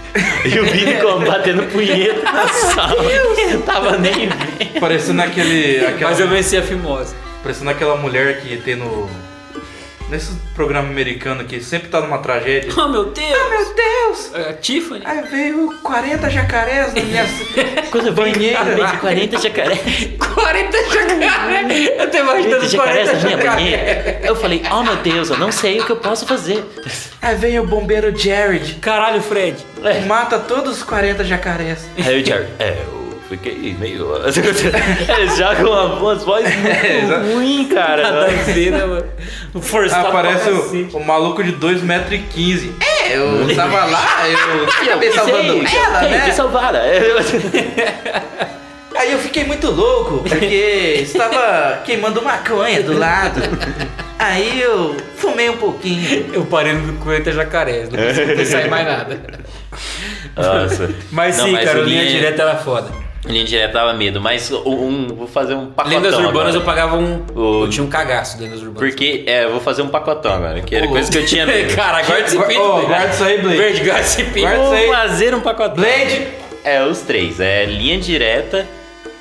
Speaker 3: E o Vini como batendo punheta na sala. Eu tava nem vendo.
Speaker 2: Parecendo
Speaker 3: *laughs*
Speaker 2: aquele... Aquela...
Speaker 1: Mas eu venci a fimosa.
Speaker 2: Parecendo aquela mulher que tem no... Nesse programa americano que sempre tá numa tragédia.
Speaker 1: Oh meu Deus!
Speaker 2: Meu Deus!
Speaker 1: É, Tiffany?
Speaker 2: Aí veio 40 jacarés na minha...
Speaker 3: Quando eu banhei, eu vendi 40 jacaré. tá
Speaker 1: *laughs* 40 jacaré! Eu tô imaginando
Speaker 3: 40
Speaker 1: os
Speaker 3: jacarés
Speaker 1: 40
Speaker 3: na minha
Speaker 1: jacaré.
Speaker 3: banheira. Eu falei, oh meu Deus, eu não sei o que eu posso fazer.
Speaker 2: Aí veio o bombeiro Jared.
Speaker 1: Caralho, Fred.
Speaker 3: É.
Speaker 2: Mata todos os 40 jacarés.
Speaker 3: Aí o Jared, é, eu fiquei meio. *laughs* Eles jogam uma- umas vozes muito
Speaker 2: exato.
Speaker 3: ruim, cara.
Speaker 1: Nada a ver, né, mano? O
Speaker 3: Tá
Speaker 1: forçado
Speaker 2: Aparece
Speaker 1: pra
Speaker 2: o,
Speaker 3: assim.
Speaker 1: cacete.
Speaker 2: o maluco de 2,15m. É, eu tava lá, *laughs* eu acabei
Speaker 3: Eu sei, eu
Speaker 2: né?"
Speaker 3: sei, fui salvada. É.
Speaker 2: Aí eu fiquei muito louco, porque *laughs* estava queimando maconha do lado. Aí eu fumei um pouquinho.
Speaker 1: Eu parei no 40 jacarés, não
Speaker 3: *laughs*
Speaker 1: consigo pensar em mais nada.
Speaker 3: Nossa.
Speaker 1: Mas
Speaker 3: Não,
Speaker 1: sim, cara,
Speaker 3: o
Speaker 1: o
Speaker 3: é
Speaker 1: linha direta era foda.
Speaker 3: Linha direta dava medo, mas o- um, vou fazer um pacotão.
Speaker 1: Lendas
Speaker 2: é
Speaker 1: urbanas eu
Speaker 3: agora.
Speaker 1: pagava um.
Speaker 3: O-
Speaker 1: Eu tinha um cagaço de lendas urbanas.
Speaker 3: Porque, é, eu vou fazer um pacotão agora, que era coisa que
Speaker 2: *laughs*
Speaker 3: eu tinha medo.
Speaker 1: *laughs* Cara, oh, guarda esse
Speaker 2: Ô,
Speaker 1: pinto. velho.
Speaker 2: guarda isso aí, Blake.
Speaker 1: Verde, guarda esse pinto.
Speaker 2: Guarda isso aí.
Speaker 3: Vou fazer um pacotão.
Speaker 2: Blade!
Speaker 3: É, os três. É linha direta,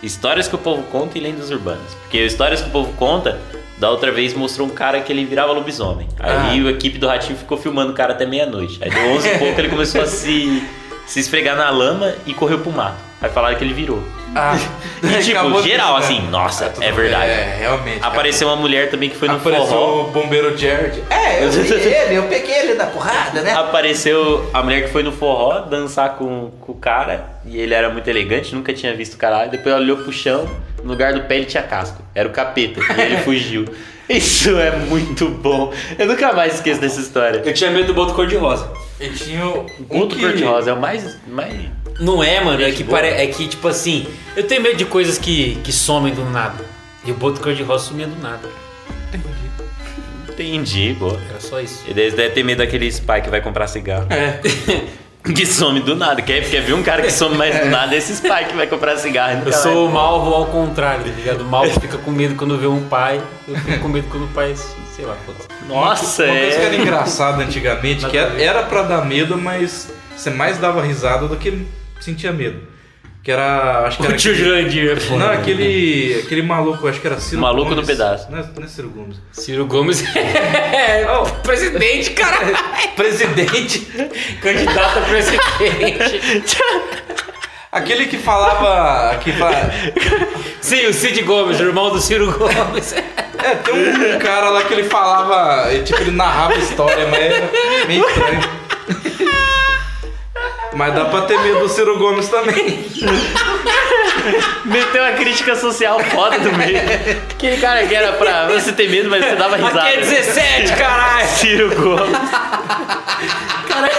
Speaker 3: histórias que o povo conta e lendas urbanas. Porque histórias que o povo conta Da outra vez mostrou um cara que ele virava lobisomem.
Speaker 2: Ah.
Speaker 3: Aí a equipe do Ratinho ficou filmando o cara até meia-noite. Aí deu 11 e pouco ele começou a se, se esfregar na lama e correu pro mato. Aí falaram que ele virou.
Speaker 2: Ah, *laughs*
Speaker 3: E tipo,
Speaker 2: acabou de
Speaker 3: geral,
Speaker 2: piscar.
Speaker 3: assim, nossa,
Speaker 2: Ah, tudo
Speaker 3: é
Speaker 2: bem.
Speaker 3: verdade.
Speaker 2: É, realmente.
Speaker 3: Apareceu uma mulher também que foi no
Speaker 2: Apareceu
Speaker 3: forró.
Speaker 2: o bombeiro Jared. É, *laughs* eu vi ele, eu peguei ele na porrada, né?
Speaker 3: Apareceu a mulher que foi no forró dançar com, com o cara e ele era muito elegante, nunca tinha visto o cara lá. Depois ela olhou pro chão, no lugar do pé ele tinha casco, era o capeta
Speaker 2: *laughs*
Speaker 3: e ele fugiu. Isso é muito bom. Eu nunca mais esqueço dessa história.
Speaker 1: Eu tinha medo do boto cor-de-rosa.
Speaker 2: E tinha um
Speaker 3: Muito
Speaker 2: que-
Speaker 3: cor-de-rosa, é o mais, mais.
Speaker 1: Não é, mano. É
Speaker 3: Gente
Speaker 1: que,
Speaker 3: boa.
Speaker 1: pare... é que, tipo assim, eu tenho medo de coisas que, que somem do nada. E o boto cor-de-rosa sumia do nada.
Speaker 3: Entendi, boa.
Speaker 1: Era só isso.
Speaker 3: E daí eles devem ter medo daquele spy que vai comprar cigarro.
Speaker 2: É.
Speaker 3: *laughs* Que some do nada. Quer, quer ver um cara que some mais do nada? é Esse spy que vai comprar cigarro.
Speaker 1: Eu
Speaker 3: nunca mais.
Speaker 1: sou o malvo ao contrário, tá ligado? O malvo fica com medo quando vê um pai. Eu fico com medo quando o pai, sei lá, foda-se.
Speaker 3: Nossa,
Speaker 2: Uma coisa que era
Speaker 3: é. *laughs*
Speaker 2: engraçada antigamente, que era, era pra dar medo, mas você mais dava risada do que sentia medo. Que era. Acho que
Speaker 1: O
Speaker 2: era.
Speaker 1: tio Jurandir é
Speaker 2: aquele-
Speaker 1: foda.
Speaker 2: não, aquele. Aquele maluco, acho que era Ciro
Speaker 3: Maluco
Speaker 2: Gomes.
Speaker 3: do pedaço.
Speaker 2: Não é, não é Ciro Gomes.
Speaker 1: Ciro Gomes *laughs* é
Speaker 2: Oh.
Speaker 1: presidente, caralho.
Speaker 2: *laughs* Presidente!
Speaker 1: Candidato a presidente.
Speaker 2: Aquele que falava. Que fala-
Speaker 1: Sim, o Cid Gomes, o irmão do Ciro *laughs* Gomes.
Speaker 2: É, tem um cara lá que ele falava, e, tipo, ele narrava história, mas é meio estranho. Mas dá pra ter medo do Ciro Gomes também.
Speaker 3: Meteu a crítica social foda do meio. Aquele cara que era pra você ter medo, mas você dava risada.
Speaker 1: Aqui é 17, caralho.
Speaker 3: Ciro Gomes. Cara,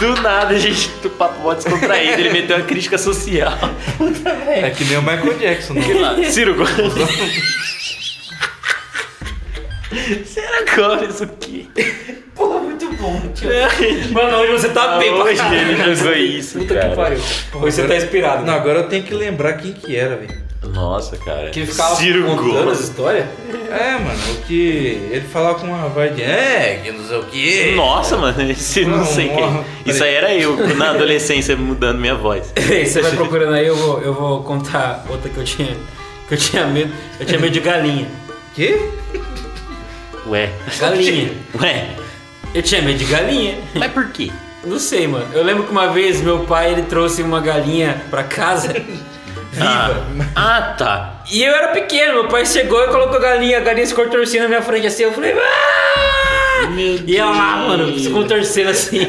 Speaker 3: do nada, gente, do papo mó descontraído, ele meteu a crítica social.
Speaker 2: É que nem o Michael Jackson. Né?
Speaker 3: Ciro Gomes. Ciro Gomes, o quê? É.
Speaker 1: Porra, muito bom, tio. Mano, hoje você tá bem pra
Speaker 3: Ah, Hoje
Speaker 1: caralho.
Speaker 3: ele jogou isso,
Speaker 1: Puta
Speaker 3: cara.
Speaker 1: que pariu. Hoje você tá inspirado.
Speaker 2: Não, agora eu tenho que lembrar quem que era, velho.
Speaker 3: Nossa, cara.
Speaker 1: Que ele ficava
Speaker 3: Ciro
Speaker 1: contando as
Speaker 3: Gomes.
Speaker 1: histórias.
Speaker 2: É, mano, o que. Ele falava com uma voz de. É, que não sei o quê.
Speaker 3: Nossa, mano, esse não,
Speaker 2: Não,
Speaker 3: sei quem.
Speaker 2: morra.
Speaker 3: Isso aí era eu, na adolescência, mudando minha *laughs* voz.
Speaker 1: *laughs* Você
Speaker 3: é
Speaker 1: vai procurando aí, eu vou, eu vou contar outra que eu tinha. Que eu tinha medo. Eu tinha medo de galinha.
Speaker 2: Quê?
Speaker 3: Ué.
Speaker 1: Galinha.
Speaker 3: Ué.
Speaker 1: Eu tinha medo de galinha.
Speaker 3: Mas por quê?
Speaker 1: Não sei, mano. Eu lembro que uma vez meu pai ele trouxe uma galinha pra casa.
Speaker 3: Ah, ah, tá.
Speaker 1: E eu era pequeno, meu pai chegou e colocou a galinha, a galinha se contorcendo na minha frente assim, eu falei, "Ah!"
Speaker 3: Meu
Speaker 1: E ela lá, mano, se
Speaker 3: *laughs*
Speaker 1: contorcendo assim.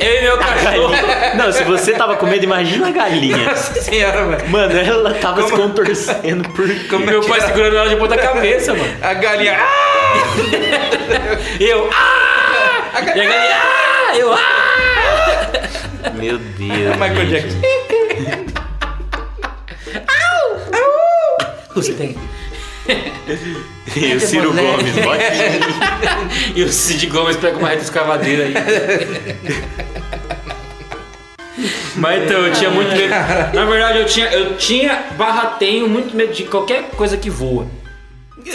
Speaker 1: Eu e meu cachorro.
Speaker 3: Não, se você tava com medo, imagina
Speaker 1: *laughs*
Speaker 3: a galinha.
Speaker 2: Nossa senhora, velho.
Speaker 3: Mano, ela tava se
Speaker 2: Como-
Speaker 3: contorcendo
Speaker 1: *laughs*
Speaker 3: por
Speaker 1: E meu pai segurando ela de ponta cabeça, mano.
Speaker 2: A galinha. Ah!
Speaker 1: E eu, "Ah!"
Speaker 2: A
Speaker 1: E a
Speaker 2: galinha.
Speaker 1: galinha, "Ah!" Eu, "Ah!" é-
Speaker 3: Meu Deus.
Speaker 2: Michael
Speaker 3: gente.
Speaker 2: Jackson.
Speaker 1: Os tem.
Speaker 3: *laughs* E o Ciro
Speaker 1: né?
Speaker 3: Gomes,
Speaker 1: *laughs*
Speaker 3: bota.
Speaker 1: E o Cid Gomes pega uma reta escavadeira aí. Mas então, eu tinha muito medo. Na verdade, eu tinha, eu tinha, barra tenho, muito medo de qualquer coisa que voa.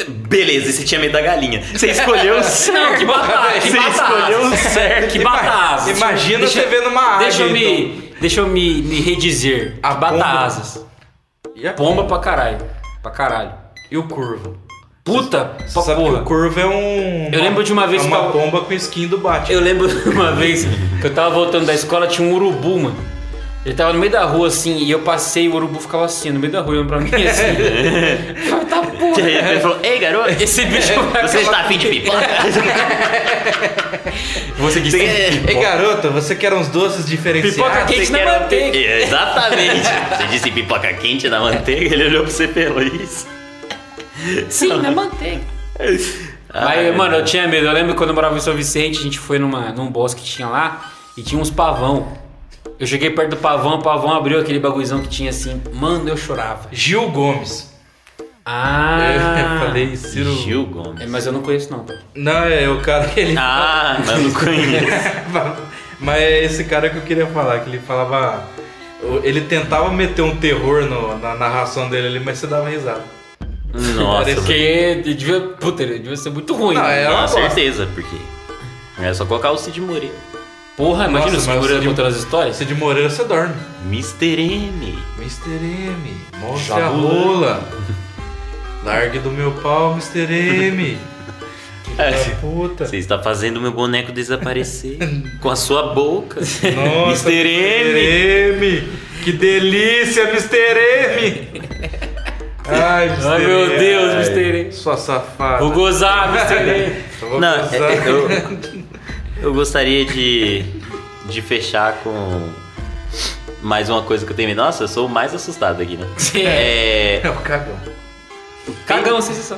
Speaker 3: Beleza, e você tinha medo da galinha. Você
Speaker 1: *laughs*
Speaker 3: escolheu o
Speaker 1: Não,
Speaker 3: certo.
Speaker 1: que batata, que
Speaker 3: Você
Speaker 1: batata.
Speaker 3: escolheu o certo.
Speaker 1: Que batata.
Speaker 2: um Imagina
Speaker 1: Deixa-
Speaker 2: você vendo uma águia.
Speaker 1: Deixa eu me,
Speaker 2: então.
Speaker 1: deixa eu me, me redizer.
Speaker 2: A
Speaker 1: A bata
Speaker 2: pomba.
Speaker 1: asas.
Speaker 2: E a
Speaker 1: Pomba pra caralho. Pra caralho.
Speaker 2: E o curvo?
Speaker 1: Puta pra
Speaker 2: Sabe que
Speaker 1: porra.
Speaker 2: o curvo é um.
Speaker 1: Eu lembro de uma vez
Speaker 2: é
Speaker 1: que
Speaker 2: uma
Speaker 1: tava-
Speaker 2: pomba com skin do Batman.
Speaker 1: Eu lembro *laughs* uma vez que eu tava voltando da escola, tinha um urubu, mano. Ele tava no meio da rua assim, e eu passei e o urubu ficava assim, no meio da rua, olhando pra mim assim. Eu falei, tá
Speaker 3: E aí
Speaker 1: porra.
Speaker 3: Ele falou: Ei, garoto, é,
Speaker 1: Esse bicho vai
Speaker 3: você está
Speaker 1: acabar-
Speaker 3: afim de pipoca?
Speaker 1: *laughs* Você disse.
Speaker 2: Ei, garoto, você quer uns doces diferenciados?
Speaker 1: Pipoca quente
Speaker 3: Você
Speaker 1: na
Speaker 3: É, quer uma pe-
Speaker 1: manteiga.
Speaker 3: É, Exatamente. Você disse pipoca quente na manteiga, ele olhou pra você pelo isso.
Speaker 1: Sim, na manteiga.
Speaker 3: Ah,
Speaker 1: Mas, mano, eu tinha medo. Eu lembro quando eu morava em São Vicente, a gente foi numa, num bosque que tinha lá e tinha uns pavão. Eu cheguei perto do pavão, o pavão abriu aquele bagulhozão que tinha assim. Mano, eu chorava.
Speaker 2: Gil Gomes.
Speaker 1: Ah!
Speaker 2: Eu falei Ciro.
Speaker 3: Gil
Speaker 1: É,
Speaker 3: Gomes.
Speaker 1: mas eu não conheço, não. tá? velho.
Speaker 2: Não, é o cara que ele.
Speaker 3: Ah, mas eu não
Speaker 1: *laughs*
Speaker 3: conheço.
Speaker 2: *laughs* Mas é esse cara que eu queria falar, que ele falava. Ele tentava meter um terror no- na narração dele ali, mas você dava risada.
Speaker 3: Nossa,
Speaker 1: Porque ele devia. Puta, ele devia ser muito ruim.
Speaker 2: Não,
Speaker 1: né?
Speaker 2: é-
Speaker 3: não,
Speaker 2: uma
Speaker 3: certeza, porque. É só colocar o Cid Moreira.
Speaker 1: Porra, imagina
Speaker 2: Nossa,
Speaker 1: os
Speaker 2: mas
Speaker 1: figuras
Speaker 2: você-
Speaker 1: contando as histórias.
Speaker 2: Você de Moreira, você dorme.
Speaker 3: Mr. M.
Speaker 2: Mr. M, mostra
Speaker 1: Já
Speaker 2: a
Speaker 1: rola.
Speaker 2: rola. Largue do meu pau,
Speaker 1: *laughs*
Speaker 2: Mr. M.
Speaker 3: É,
Speaker 2: Da puta.
Speaker 3: Você está fazendo meu
Speaker 1: *laughs*
Speaker 3: boneco desaparecer com a sua boca.
Speaker 2: Nossa,
Speaker 3: Mr. M.
Speaker 2: Mr. M. Que delícia, Mr. M. Ai, Mr.
Speaker 1: Ai, meu
Speaker 2: M.
Speaker 1: Deus,
Speaker 2: Ai,
Speaker 1: Mr. M.
Speaker 2: Sua safada.
Speaker 1: Vou gozar, Mr.
Speaker 2: Eu vou
Speaker 3: Não,
Speaker 2: gozar.
Speaker 3: é-
Speaker 1: *laughs*
Speaker 3: eu, eu gostaria de, de fechar com mais uma coisa que eu tenho. Nossa, eu sou o mais assustado aqui, né?
Speaker 2: *laughs*
Speaker 3: É,
Speaker 2: É o cagão.
Speaker 1: Cagão, sensação.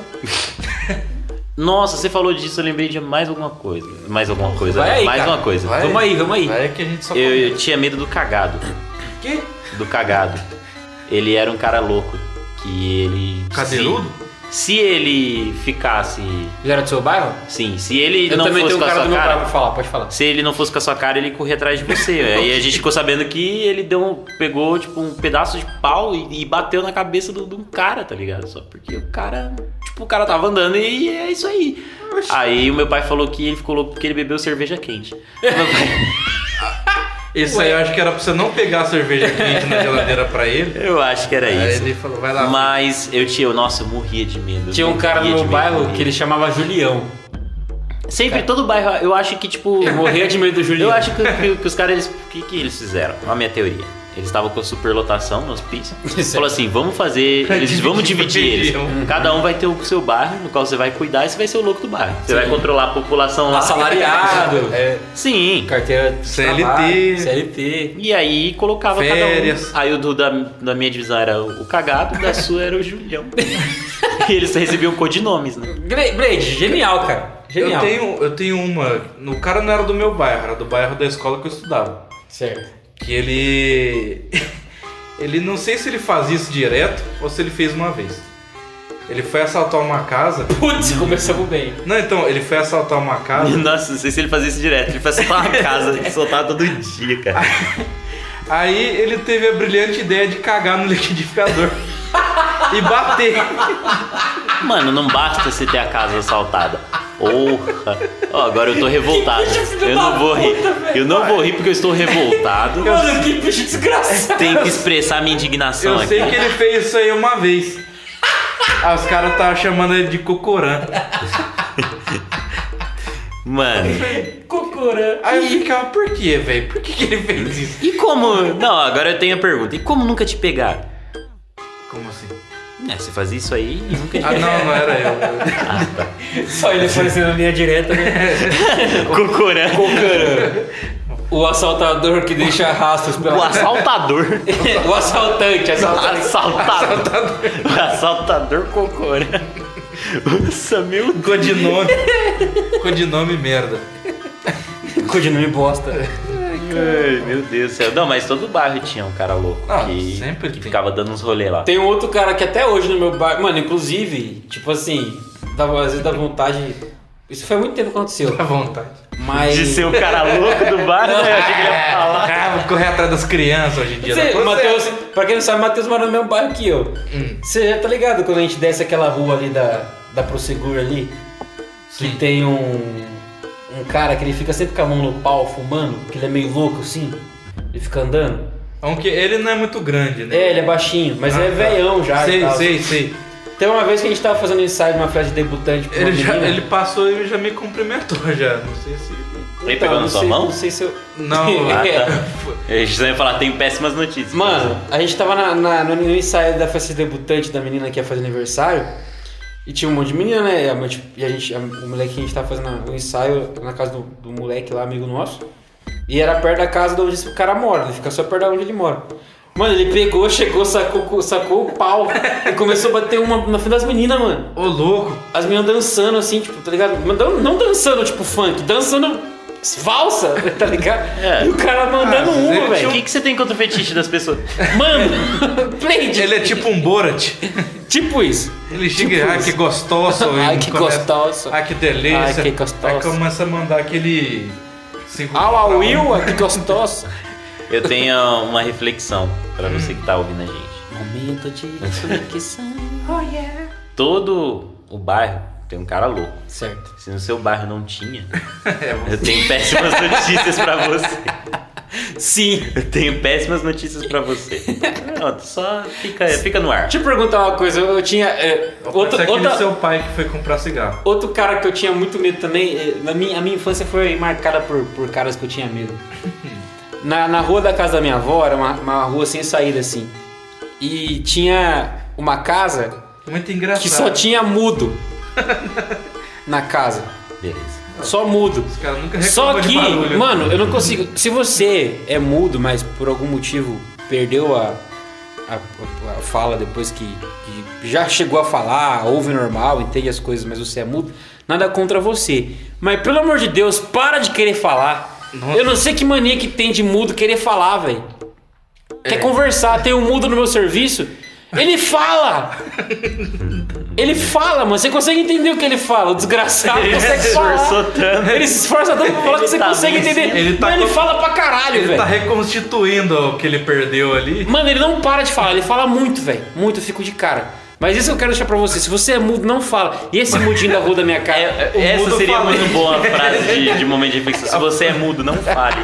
Speaker 3: Nossa, você falou disso, eu lembrei de mais alguma coisa. Mais alguma coisa,
Speaker 1: Vai
Speaker 3: né?
Speaker 1: aí,
Speaker 3: mais
Speaker 1: cara.
Speaker 3: uma coisa.
Speaker 2: Vai.
Speaker 1: Vamos aí, vamos aí.
Speaker 2: Aí é que a gente só
Speaker 3: Eu, eu tinha medo do cagado.
Speaker 1: Que?
Speaker 3: Do cagado. Ele era um cara louco. Que ele.
Speaker 2: Cadeirudo?
Speaker 3: Se, se ele ficasse.
Speaker 1: Ele era do seu bairro?
Speaker 3: Sim, se ele
Speaker 1: Eu
Speaker 3: não
Speaker 1: também
Speaker 3: fosse
Speaker 1: tenho um
Speaker 3: com a
Speaker 1: cara do
Speaker 3: sua
Speaker 1: meu
Speaker 3: cara.
Speaker 1: bairro pra falar, pode falar.
Speaker 3: Se ele não fosse com a sua cara, ele corria atrás de
Speaker 1: *laughs*
Speaker 3: você. Aí a gente ficou sabendo que ele deu um- pegou tipo um pedaço de pau e, e bateu na cabeça do- de um cara, tá ligado? Só porque o cara, tipo, o cara tava andando e é isso aí. Aí o meu pai falou que ele ficou louco porque ele bebeu cerveja quente.
Speaker 2: Isso aí eu acho que era pra você não pegar a cerveja quente na geladeira pra
Speaker 3: *laughs*
Speaker 2: ele.
Speaker 3: Eu acho que era
Speaker 2: Aí
Speaker 3: É isso.
Speaker 2: ele falou, vai lá.
Speaker 3: Mas eu tinha, nossa, eu morria de medo. eu
Speaker 1: Tinha um cara no meu
Speaker 3: morria de medo,
Speaker 1: bairro
Speaker 3: morria.
Speaker 1: que ele chamava Julião.
Speaker 3: sempre todo bairro, eu acho
Speaker 1: *laughs*
Speaker 3: que tipo,
Speaker 1: Eu morria de medo do Julião.
Speaker 3: Eu acho que, que- que os caras, eles- o que, que eles fizeram? A minha teoria. Eles estavam com superlotação no hospício.
Speaker 1: Certo.
Speaker 3: Falou assim, vamos fazer, eles,
Speaker 2: Dividir
Speaker 3: vamos dividir eles.
Speaker 2: região.
Speaker 3: Cada um vai ter o seu bairro, no qual você vai cuidar e você vai ser o louco do bairro. Você vai controlar a população lá.
Speaker 1: Assalariado.
Speaker 2: É,
Speaker 3: *laughs* Sim.
Speaker 1: Carteira de
Speaker 2: CLT.
Speaker 1: trabalho, CLT.
Speaker 3: E aí colocava
Speaker 2: Férias.
Speaker 3: cada um. Aí o do, da, da minha divisão era o cagado, da sua era o Julião. e eles recebiam codinomes, né?
Speaker 1: Gra- Blade, genial, cara.
Speaker 2: eu
Speaker 1: Genial.
Speaker 2: tenho, eu tenho uma. O cara não era do meu bairro, era do bairro da escola que eu estudava.
Speaker 1: Certo.
Speaker 2: Que ele. *laughs* Ele não sei se ele fazia isso direto ou se ele fez uma vez. Ele foi assaltar uma casa.
Speaker 1: Putz, começamos bem.
Speaker 2: Não, então, ele foi assaltar uma casa.
Speaker 3: Nossa, não sei se ele fazia isso direto. Ele fazia só uma casa, ele soltava todo dia, cara.
Speaker 2: Aí ele teve a brilhante ideia de cagar no *laughs* liquidificador e bater.
Speaker 3: Mano, não basta você ter a casa assaltada. Porra! Ó, agora eu tô revoltado.
Speaker 1: bicho filho
Speaker 3: Eu
Speaker 1: da
Speaker 3: não vou rir.
Speaker 1: puta, velho.
Speaker 3: Eu não vou rir porque eu estou revoltado.
Speaker 1: Mano, que bicho
Speaker 3: *laughs*
Speaker 1: desgraçado.
Speaker 3: Tenho que expressar minha indignação
Speaker 2: Eu
Speaker 3: aqui.
Speaker 2: sei que ele fez isso aí uma vez. Aí os caras estavam chamando ele de cocorã.
Speaker 3: Mano.
Speaker 1: Cocorã.
Speaker 2: Aí eu ficava, por quê, velho? Por que, que ele fez isso?
Speaker 3: E como. Não, agora eu tenho a pergunta. E como nunca te pegar?
Speaker 2: Como assim?
Speaker 3: É, você fazia isso aí e nunca te
Speaker 2: Ah, não, não era eu.
Speaker 1: Só ele aparecendo na linha direta, né?
Speaker 3: Cocorã.
Speaker 1: Cocorã. O assaltador que deixa rastros
Speaker 3: O
Speaker 1: pela...
Speaker 3: assaltador.
Speaker 1: *laughs* o assaltante, assaltante.
Speaker 3: Assaltador. O assaltador Cocorã. Nossa, meu Deus.
Speaker 2: Codinome. Codinome merda.
Speaker 1: Codinome bosta.
Speaker 3: Ai, meu Deus do céu. Não, mas todo bairro tinha um cara louco
Speaker 2: Ah,
Speaker 3: que,
Speaker 2: sempre
Speaker 3: que
Speaker 2: tem.
Speaker 3: ficava dando uns rolê lá.
Speaker 1: Tem um outro cara que até hoje no meu bairro. Mano, inclusive, tipo assim, dava, às vezes dá vontade. Isso foi há muito tempo que aconteceu.
Speaker 2: Fica Tá à vontade.
Speaker 1: Mas.
Speaker 3: De
Speaker 2: um
Speaker 3: ser o cara louco do bairro, né? Eu achei que ele ia falar.
Speaker 2: Ah, vou correr atrás das crianças hoje em dia.
Speaker 1: Cê,
Speaker 2: Não, você-
Speaker 1: Matheus, pra quem não sabe, Matheus mora no mesmo bairro que eu.
Speaker 2: Hum.
Speaker 1: Você já tá ligado quando a gente desce aquela rua ali da, da Prosegur ali? Que tem um. Um cara que ele fica sempre com a mão no pau fumando, que ele é meio louco assim. Ele fica andando.
Speaker 2: Bom que ele não é muito grande, né?
Speaker 1: É, ele é baixinho, mas
Speaker 2: Ah,
Speaker 1: é
Speaker 2: tá.
Speaker 1: velhão já. e
Speaker 2: Sei,
Speaker 1: tal.
Speaker 2: sei, sei.
Speaker 1: Tem uma vez que a gente tava fazendo ensaio de uma festa de debutante com uma
Speaker 2: Ele, já,
Speaker 1: menina.
Speaker 2: ele passou e já me cumprimentou já. Não sei se.
Speaker 3: Ele pegou
Speaker 1: Então, não
Speaker 3: na sua
Speaker 1: sei-
Speaker 3: mão?
Speaker 1: Não sei se eu. *laughs*
Speaker 2: Não,
Speaker 3: Ah,
Speaker 1: É.
Speaker 3: tá. A gente ia falar, tem péssimas notícias.
Speaker 1: Mano, a gente tava na, na- no ensaio da festa de debutante da menina que ia fazer aniversário. E tinha um monte de menina, né? E a, mãe- e a gente, a- o moleque que a gente tava fazendo o ensaio na casa do, do moleque lá, amigo nosso. E era perto da casa de onde esse cara mora, ele fica só perto de onde ele mora. Mano, ele pegou, chegou, sacou, sacou o pau *laughs* e começou a bater uma na frente das meninas, mano.
Speaker 2: ô louco.
Speaker 1: As meninas dançando assim, tipo, tá ligado? Mas Não, não dançando tipo funk, dançando valsa, *laughs* tá ligado?
Speaker 3: É.
Speaker 1: E o cara mandando
Speaker 2: Ah,
Speaker 1: uma,
Speaker 2: ele um-
Speaker 1: velho.
Speaker 3: o que, que você tem contra o fetiche das pessoas?
Speaker 2: *laughs*
Speaker 1: Mano, Blade,
Speaker 2: Ele é tipo um Borat.
Speaker 1: tipo isso.
Speaker 2: Ele chega,
Speaker 1: Tipo
Speaker 2: ah,
Speaker 1: isso.
Speaker 2: que gostoso.
Speaker 1: *laughs*
Speaker 2: e
Speaker 1: Ai, que
Speaker 2: começa-
Speaker 1: gostoso.
Speaker 2: Ah, que delícia.
Speaker 1: Ai, que gostoso.
Speaker 2: Aí começa a mandar aquele. cinco
Speaker 1: Au,
Speaker 2: pra
Speaker 1: au,
Speaker 2: um.
Speaker 1: will, que
Speaker 2: *laughs*
Speaker 1: gostoso.
Speaker 3: *laughs* Eu tenho uma reflexão pra você que tá ouvindo a gente.
Speaker 1: Momento de reflexão.
Speaker 3: Todo o bairro Tem um cara louco.
Speaker 1: *laughs* Certo.
Speaker 3: Se no seu bairro não tinha,
Speaker 2: É,
Speaker 3: eu tenho péssimas notícias pra você.
Speaker 1: Sim.
Speaker 3: Eu tenho péssimas notícias pra *laughs* você. Não, só fica, fica no ar.
Speaker 1: Deixa eu perguntar uma coisa. Eu tinha. é,
Speaker 2: Outro,
Speaker 1: outra, outra-
Speaker 2: seu pai que foi comprar cigarro.
Speaker 1: outro cara que eu tinha muito medo também. é, Na minha, a minha infância foi marcada por, por caras que eu tinha
Speaker 2: *laughs*
Speaker 1: medo. Na, na rua da casa da minha avó, era uma, uma rua sem saída assim. E tinha uma casa
Speaker 2: Muito engraçado.
Speaker 1: que só tinha mudo na casa.
Speaker 3: Beleza.
Speaker 1: Só mudo.
Speaker 2: Os caras nunca
Speaker 1: Só
Speaker 2: reclamam de
Speaker 1: que,
Speaker 2: barulho.
Speaker 1: mano, eu não consigo. Se você é mudo, mas por algum motivo perdeu a, a, a- a fala depois que, que já chegou a falar, ouve normal, entende as coisas, mas você é mudo, nada contra você. Mas pelo amor de Deus, para de querer falar.
Speaker 2: Nossa.
Speaker 1: Eu não sei que mania que tem de mudo querer falar, velho.
Speaker 2: É.
Speaker 1: Quer conversar, tem um mudo no meu serviço. Ele
Speaker 2: *laughs*
Speaker 1: fala! Ele fala, mano. Você consegue entender o que ele fala? O desgraçado
Speaker 2: *laughs*
Speaker 3: Ele
Speaker 1: consegue
Speaker 3: se
Speaker 1: falar.
Speaker 3: esforçou tanto.
Speaker 1: Ele se esforça tanto pra falar que
Speaker 3: Ele
Speaker 1: você
Speaker 3: tá
Speaker 1: consegue
Speaker 3: bem,
Speaker 1: entender.
Speaker 2: sim. Ele tá
Speaker 1: Mas ele
Speaker 2: com-
Speaker 1: fala pra caralho,
Speaker 2: Ele tá
Speaker 1: velho.
Speaker 2: reconstituindo o que ele perdeu ali.
Speaker 1: Mano, ele não para de falar. Ele fala muito, velho. Muito, eu fico de cara. Mas isso eu quero deixar pra você. Se você é mudo, não fala. E esse mudinho da rua da minha cara?
Speaker 3: *laughs* É,
Speaker 2: mudo
Speaker 3: essa seria
Speaker 2: fala.
Speaker 3: muito boa a frase de, de momento de reflexão. Se você é mudo, não fale.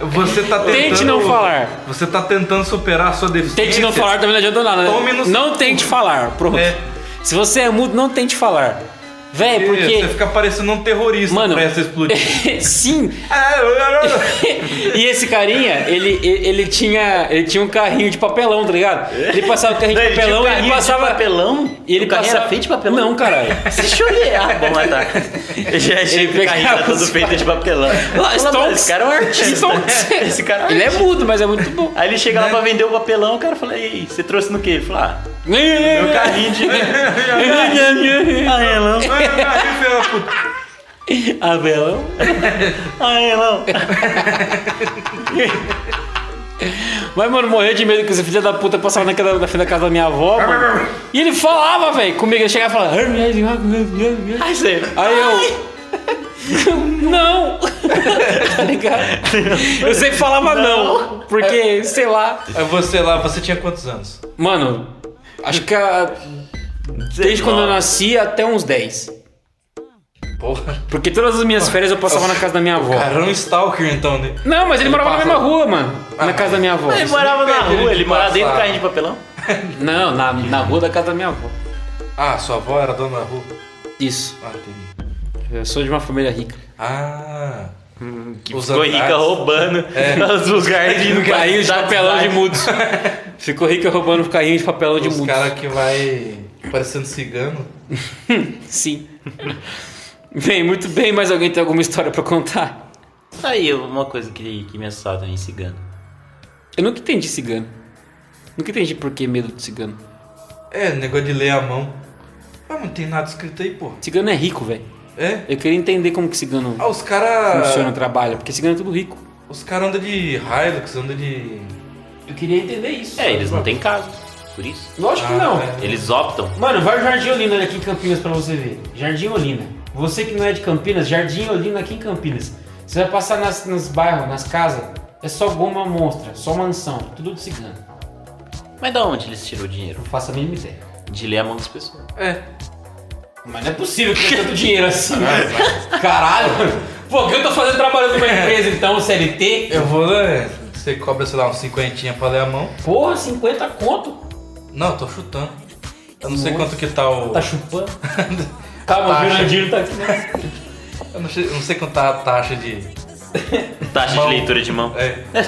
Speaker 2: Você tá tentando.
Speaker 1: Tente não falar.
Speaker 2: Você tá tentando superar a sua deficiência.
Speaker 1: Tente não falar também não adianta nada. né?
Speaker 3: um
Speaker 2: Tome no-
Speaker 1: Não tente falar. Pronto.
Speaker 2: É.
Speaker 1: Se você é mudo, não tente falar. Véi,
Speaker 2: Você
Speaker 1: porque...
Speaker 2: fica parecendo um terrorista
Speaker 1: Mano...
Speaker 2: pra essa explodir.
Speaker 1: *laughs* Sim,
Speaker 2: Ah, eu-
Speaker 1: e esse carinha, ele, ele, ele tinha, ele tinha um carrinho de papelão, tá ligado? Ele passava o carrinho de
Speaker 3: Ele tinha um
Speaker 1: papelão e ele
Speaker 3: carrinho de
Speaker 1: passava.
Speaker 3: papelão?
Speaker 1: E ele
Speaker 3: o carrinho
Speaker 1: passava...
Speaker 3: era feito de papelão?
Speaker 1: Não, caralho.
Speaker 3: Deixa eu ler. Ah, bom,
Speaker 1: *laughs*
Speaker 3: ah, tá. Eu já achei
Speaker 1: Ele
Speaker 3: que o carrinho
Speaker 1: pegava
Speaker 3: era todo
Speaker 1: os-
Speaker 3: feito de papelão.
Speaker 1: Lá,
Speaker 3: Fala,
Speaker 1: Stonks.
Speaker 3: "Mano, Esse cara é um artista.
Speaker 1: Stonks.
Speaker 3: *laughs* Esse cara é um
Speaker 1: Ele é né?
Speaker 3: artista."
Speaker 1: mudo, mas é muito bom.
Speaker 3: Aí ele chega lá pra vender o papelão, o cara fala, ei, você trouxe no quê? Ele fala, ah, *laughs* meu carrinho de...
Speaker 1: né?
Speaker 3: Aelão.
Speaker 2: Aí, filha da puta.
Speaker 1: *laughs*
Speaker 3: Abelão. Aelão.
Speaker 1: Mas, mano, morrer de medo que esse filho da puta passava na, casa- na frente da casa da minha avó, mano. E ele falava, velho, comigo. Ele chegava e falava...
Speaker 3: Ai, sério.
Speaker 1: Aí eu. *laughs*
Speaker 3: *laughs*
Speaker 1: Não! tá ligado? Eu sempre falava não. Porque, sei lá.
Speaker 2: Aí É Você lá, você tinha quantos anos?
Speaker 1: Mano, acho que a- desde quando eu nasci até uns 10.
Speaker 2: Porra.
Speaker 1: Porque todas as
Speaker 3: Ah,
Speaker 1: minhas férias eu passava na casa da minha avó.
Speaker 2: Cara, era um stalker então, né?
Speaker 1: Não, mas ele, morava
Speaker 2: passa-
Speaker 1: na mesma rua, mano.
Speaker 2: Ah.
Speaker 1: Na casa da minha avó.
Speaker 3: Ele morava na
Speaker 2: Ele
Speaker 3: rua, ele
Speaker 2: de
Speaker 3: morava dentro do
Speaker 2: passar.
Speaker 3: carrinho de papelão.
Speaker 1: Não, na, na rua da casa da minha avó.
Speaker 2: Ah, sua avó era dona da rua.
Speaker 1: Isso.
Speaker 2: Ah, entendi.
Speaker 1: Eu sou de uma família rica.
Speaker 2: Ah.
Speaker 1: Hum,
Speaker 3: Que
Speaker 2: Os
Speaker 3: ficou rica
Speaker 2: andares.
Speaker 3: roubando
Speaker 1: É.
Speaker 3: *laughs* os lugares de...
Speaker 1: Carrinho de papelão de
Speaker 2: *laughs*
Speaker 1: mudos. Ficou rica roubando carrinho de papelão de
Speaker 2: Os
Speaker 1: mudos.
Speaker 2: cara que vai parecendo cigano.
Speaker 1: Sim. Bem, muito bem, mas alguém tem alguma história pra contar?
Speaker 3: Tá Aí, uma coisa que, que me assalta em cigano.
Speaker 1: Eu nunca entendi cigano. Nunca entendi por que medo de cigano.
Speaker 2: É, negócio de ler a mão. Ah, não tem nada escrito aí, porra.
Speaker 1: Cigano é rico, velho.
Speaker 2: É?
Speaker 1: Eu queria entender como que cigano
Speaker 2: Ah, os caras.
Speaker 1: funciona, trabalha, porque cigano é tudo rico.
Speaker 2: Os caras andam de Hilux, andam de.
Speaker 1: Eu queria entender isso.
Speaker 3: É, eles não têm casa, por isso.
Speaker 4: Lógico que
Speaker 2: Ah,
Speaker 4: não.
Speaker 2: é.
Speaker 3: Eles optam.
Speaker 4: Mano, vai no Jardim Olina aqui em Campinas pra você ver. Jardim Olina. Você que não é de Campinas, Jardim Olina aqui em Campinas. Você vai passar nas, nos bairros, nas casas, é só goma monstra, só mansão, tudo de cigano.
Speaker 3: Mas da onde eles tiram o dinheiro?
Speaker 4: Não faço a mínima ideia.
Speaker 3: De ler a mão das pessoas.
Speaker 2: É.
Speaker 4: Mas não é possível que
Speaker 1: *laughs*
Speaker 4: tenha tanto dinheiro assim, mano. Caralho, mano. Pô, o que eu tô fazendo trabalhando
Speaker 1: *laughs*
Speaker 4: numa empresa então, CLT?
Speaker 2: Eu vou ler. Você cobra, sei lá, uns cinquentinha pra ler a mão.
Speaker 4: Porra, 50 conto?
Speaker 2: Não, tô chutando. Eu não sei quanto que tá o.
Speaker 4: Tá chupando? Calma, o
Speaker 2: Taxa.
Speaker 4: Jurandir tá aqui. né?
Speaker 2: Eu não sei, eu não sei quanto tá a taxa de.
Speaker 3: Taxa
Speaker 2: Mão.
Speaker 3: de leitura de mão.
Speaker 2: É.
Speaker 3: *laughs*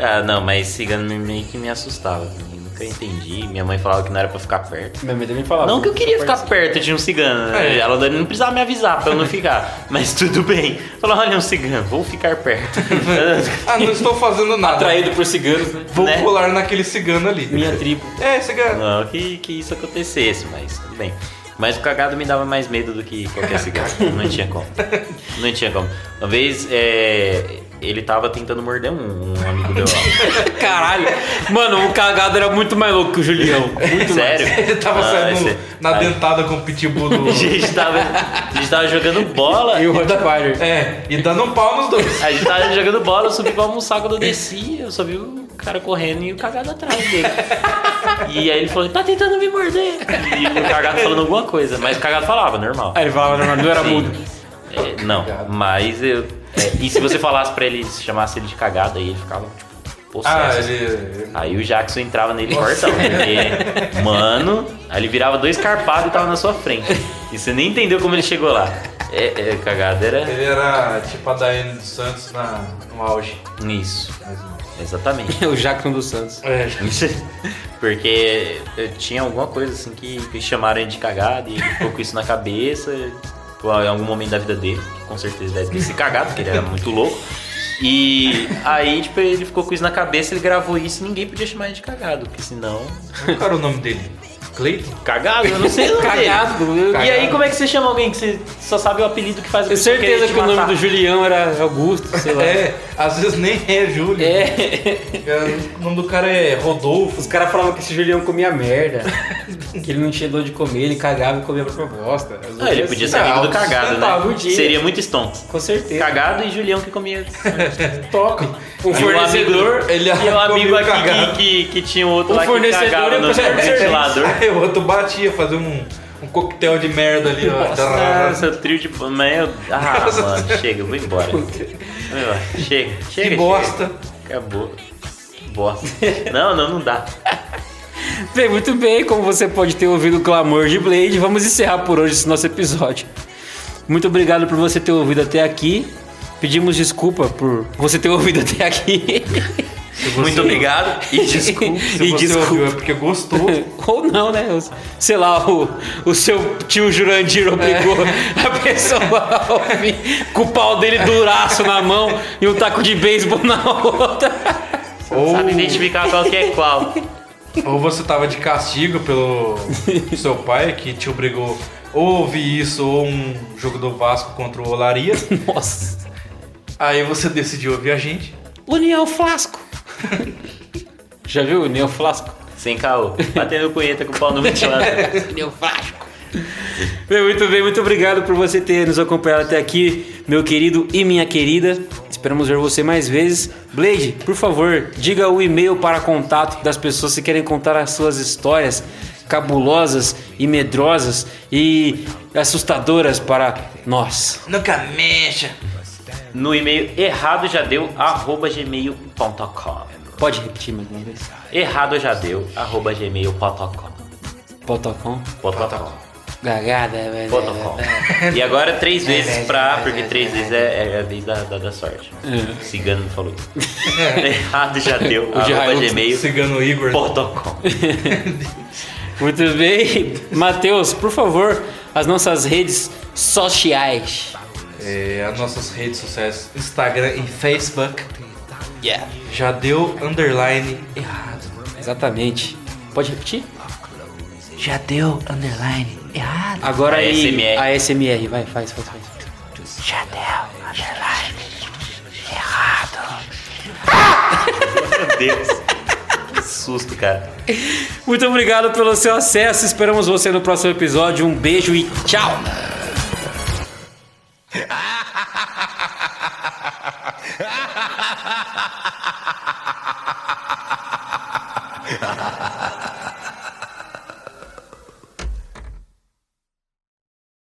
Speaker 3: ah, não, mas cigano me- meio que me assustava. também. Nunca entendi. Minha mãe falava que não era pra ficar perto.
Speaker 1: Minha mãe também falava.
Speaker 3: Não que eu queria ficar perto de um cigano, né?
Speaker 2: É.
Speaker 3: Ela não precisava me avisar pra eu não ficar. Mas tudo bem. Falou, olha um cigano, vou ficar perto. *laughs*
Speaker 2: Ah, não estou fazendo nada.
Speaker 1: Atraído por ciganos, né?
Speaker 2: Vou
Speaker 3: né?
Speaker 2: pular naquele cigano
Speaker 1: *laughs*
Speaker 2: ali.
Speaker 1: Minha tribo.
Speaker 2: É, cigano.
Speaker 3: não, que, que isso acontecesse, mas tudo bem. Mas o cagado me dava mais medo do que
Speaker 2: *laughs*
Speaker 3: qualquer cigano. Não tinha como. Não tinha como. Uma vez, é, ele tava tentando morder um, um amigo meu.
Speaker 2: *laughs*
Speaker 3: lá.
Speaker 1: Caralho. Mano, o cagado era muito mais louco que o Julião.
Speaker 3: Sério?
Speaker 2: *laughs* Ele tava
Speaker 3: Ah,
Speaker 2: saindo
Speaker 3: esse-
Speaker 2: na
Speaker 3: Ah,
Speaker 2: dentada com o pitbull do.
Speaker 3: A gente tava, a gente tava jogando bola.
Speaker 1: *laughs* E o Rottweiler.
Speaker 2: É, e dando um pau nos dois.
Speaker 3: A gente tava jogando bola, eu subi pra almoçar quando eu desci, eu só vi o cara correndo e o cagado atrás dele. e aí ele falou, tá tentando me morder. E o cagado falando alguma coisa, mas o cagado falava, normal.
Speaker 4: Aí ele falava, normal, não era
Speaker 3: Sim.
Speaker 4: mudo.
Speaker 3: É, não, mas eu. é, e se você falasse pra ele, se chamasse ele de cagado, aí ele ficava, tipo,
Speaker 2: Ah,
Speaker 3: possesso.
Speaker 2: ele.
Speaker 3: Aí o Jackson entrava nele cortão, porque, mano, aí ele virava dois carpados e tava na sua frente. E você nem entendeu como ele chegou lá. É, é cagado era
Speaker 2: Ele era tipo a Daiane dos Santos na, no auge.
Speaker 4: É.
Speaker 3: isso,
Speaker 2: mais ou menos.
Speaker 3: exatamente.
Speaker 1: É o Jackson dos Santos.
Speaker 3: *laughs* Porque eu tinha alguma coisa assim que, que chamaram ele de cagado e ele ficou com isso na cabeça ou em algum momento da vida dele, que com certeza deve ter se cagado, porque ele era muito louco. E aí, tipo, ele ficou com isso na cabeça, ele gravou isso e ninguém podia chamar ele de cagado, porque senão.
Speaker 2: Qual era o nome dele? Cleiton?
Speaker 3: Cagado? Eu não sei o nome dele.
Speaker 1: Cagado. eu-
Speaker 3: E aí, como é que você chama alguém que você só sabe o apelido que faz a
Speaker 1: Tenho
Speaker 3: pessoa
Speaker 1: certeza
Speaker 3: querer te
Speaker 1: que o nome
Speaker 3: matar?
Speaker 1: do Julião era Augusto, sei lá.
Speaker 2: É, às vezes nem é Júlio.
Speaker 1: É.
Speaker 2: O nome do cara é Rodolfo.
Speaker 1: Os caras falavam que esse Julião comia merda, que ele não tinha dor de comer, ele cagava e comia a própria bosta. As
Speaker 3: Ah, ele
Speaker 1: outras-
Speaker 3: podia ser
Speaker 2: Ah,
Speaker 3: amigo do
Speaker 2: alto
Speaker 3: cagado,
Speaker 1: centavo
Speaker 3: né?
Speaker 1: o um dia.
Speaker 3: Seria muito stonks.
Speaker 1: Com certeza.
Speaker 3: Cagado e Julião que comia.
Speaker 1: Top. Um
Speaker 3: E o
Speaker 1: fornecedor.
Speaker 3: amigo,
Speaker 2: ele
Speaker 3: e o amigo
Speaker 2: comia o
Speaker 3: aqui
Speaker 2: cagado.
Speaker 3: que, que, que tinha um outro
Speaker 1: O
Speaker 3: lá que
Speaker 1: fornecedor
Speaker 3: cagava
Speaker 1: e o
Speaker 3: no
Speaker 1: pessoal de serviço.
Speaker 3: ventilador.
Speaker 2: Aí o outro batia, fazia um, um coquetel de merda ali, ó.
Speaker 1: Ah.
Speaker 3: Nossa, é o trio de. Mas eu...
Speaker 1: *laughs*
Speaker 3: Ah, mano, chega, eu vou embora. Eu vou embora. Chega, chega.
Speaker 2: que
Speaker 3: chega.
Speaker 2: bosta.
Speaker 3: Acabou. Que Bosta. Não, não, não dá.
Speaker 1: Bem, muito bem, como você pode ter ouvido o clamor de Blade, vamos encerrar por hoje esse nosso episódio. Muito obrigado por você ter ouvido até aqui. Pedimos desculpa por você ter *laughs* ouvido até aqui.
Speaker 3: Muito obrigado e desculpa.
Speaker 2: Se
Speaker 1: E
Speaker 2: você
Speaker 1: desculpa.
Speaker 2: ouviu, é porque gostou.
Speaker 1: *laughs* Ou não, né? Sei lá, o, o seu tio Jurandir obrigou a pessoa a ouvir com o pau dele duraço na mão e um taco de beisebol na outra.
Speaker 2: ou,
Speaker 3: Sabe identificar qual que é qual.
Speaker 2: ou você tava de castigo pelo seu pai, que te obrigou ou ouvir isso, ou um jogo do Vasco contra o Olaria.
Speaker 1: Nossa.
Speaker 2: Aí você decidiu ouvir a gente.
Speaker 1: União Flasco. Já viu o União Flasco?
Speaker 3: Sem caô. Batendo punheta com o pau no ventilador.
Speaker 1: União Flasco. Bem, muito bem, muito obrigado por você ter nos acompanhado até aqui, meu querido e minha querida. Esperamos ver você mais vezes. Blade, por favor, diga o e-mail para contato das pessoas que querem contar as suas histórias cabulosas e medrosas e assustadoras para nós.
Speaker 2: Nunca mexa.
Speaker 3: No e-mail errado já deu, arroba gmail.com.
Speaker 1: Pode repetir mais uma vez?
Speaker 3: Errado já deu, arroba gmail.com.
Speaker 1: Potocom.
Speaker 3: Potocom.
Speaker 1: Gagada. é, velho.
Speaker 3: Potocom. E agora três vezes pra, porque três vezes é, é a vez da, da, da sorte. Cigano falou isso. Errado já deu,
Speaker 1: de
Speaker 3: arroba
Speaker 1: Hilux,
Speaker 3: gmail.com.
Speaker 2: Cigano Igor.
Speaker 1: Muito bem. Matheus, por favor, as nossas redes sociais.
Speaker 2: É, as nossas redes sociais, Instagram e Facebook.
Speaker 1: Yeah.
Speaker 2: Já deu underline errado.
Speaker 1: Exatamente. Pode repetir?
Speaker 2: Já deu underline errado.
Speaker 1: Agora
Speaker 3: A
Speaker 1: aí.
Speaker 3: ASMR.
Speaker 1: A SMR, vai, faz, faz, faz.
Speaker 3: Meu Deus. Que susto, cara.
Speaker 1: Muito obrigado pelo seu acesso. Esperamos você no próximo episódio. Um beijo e tchau.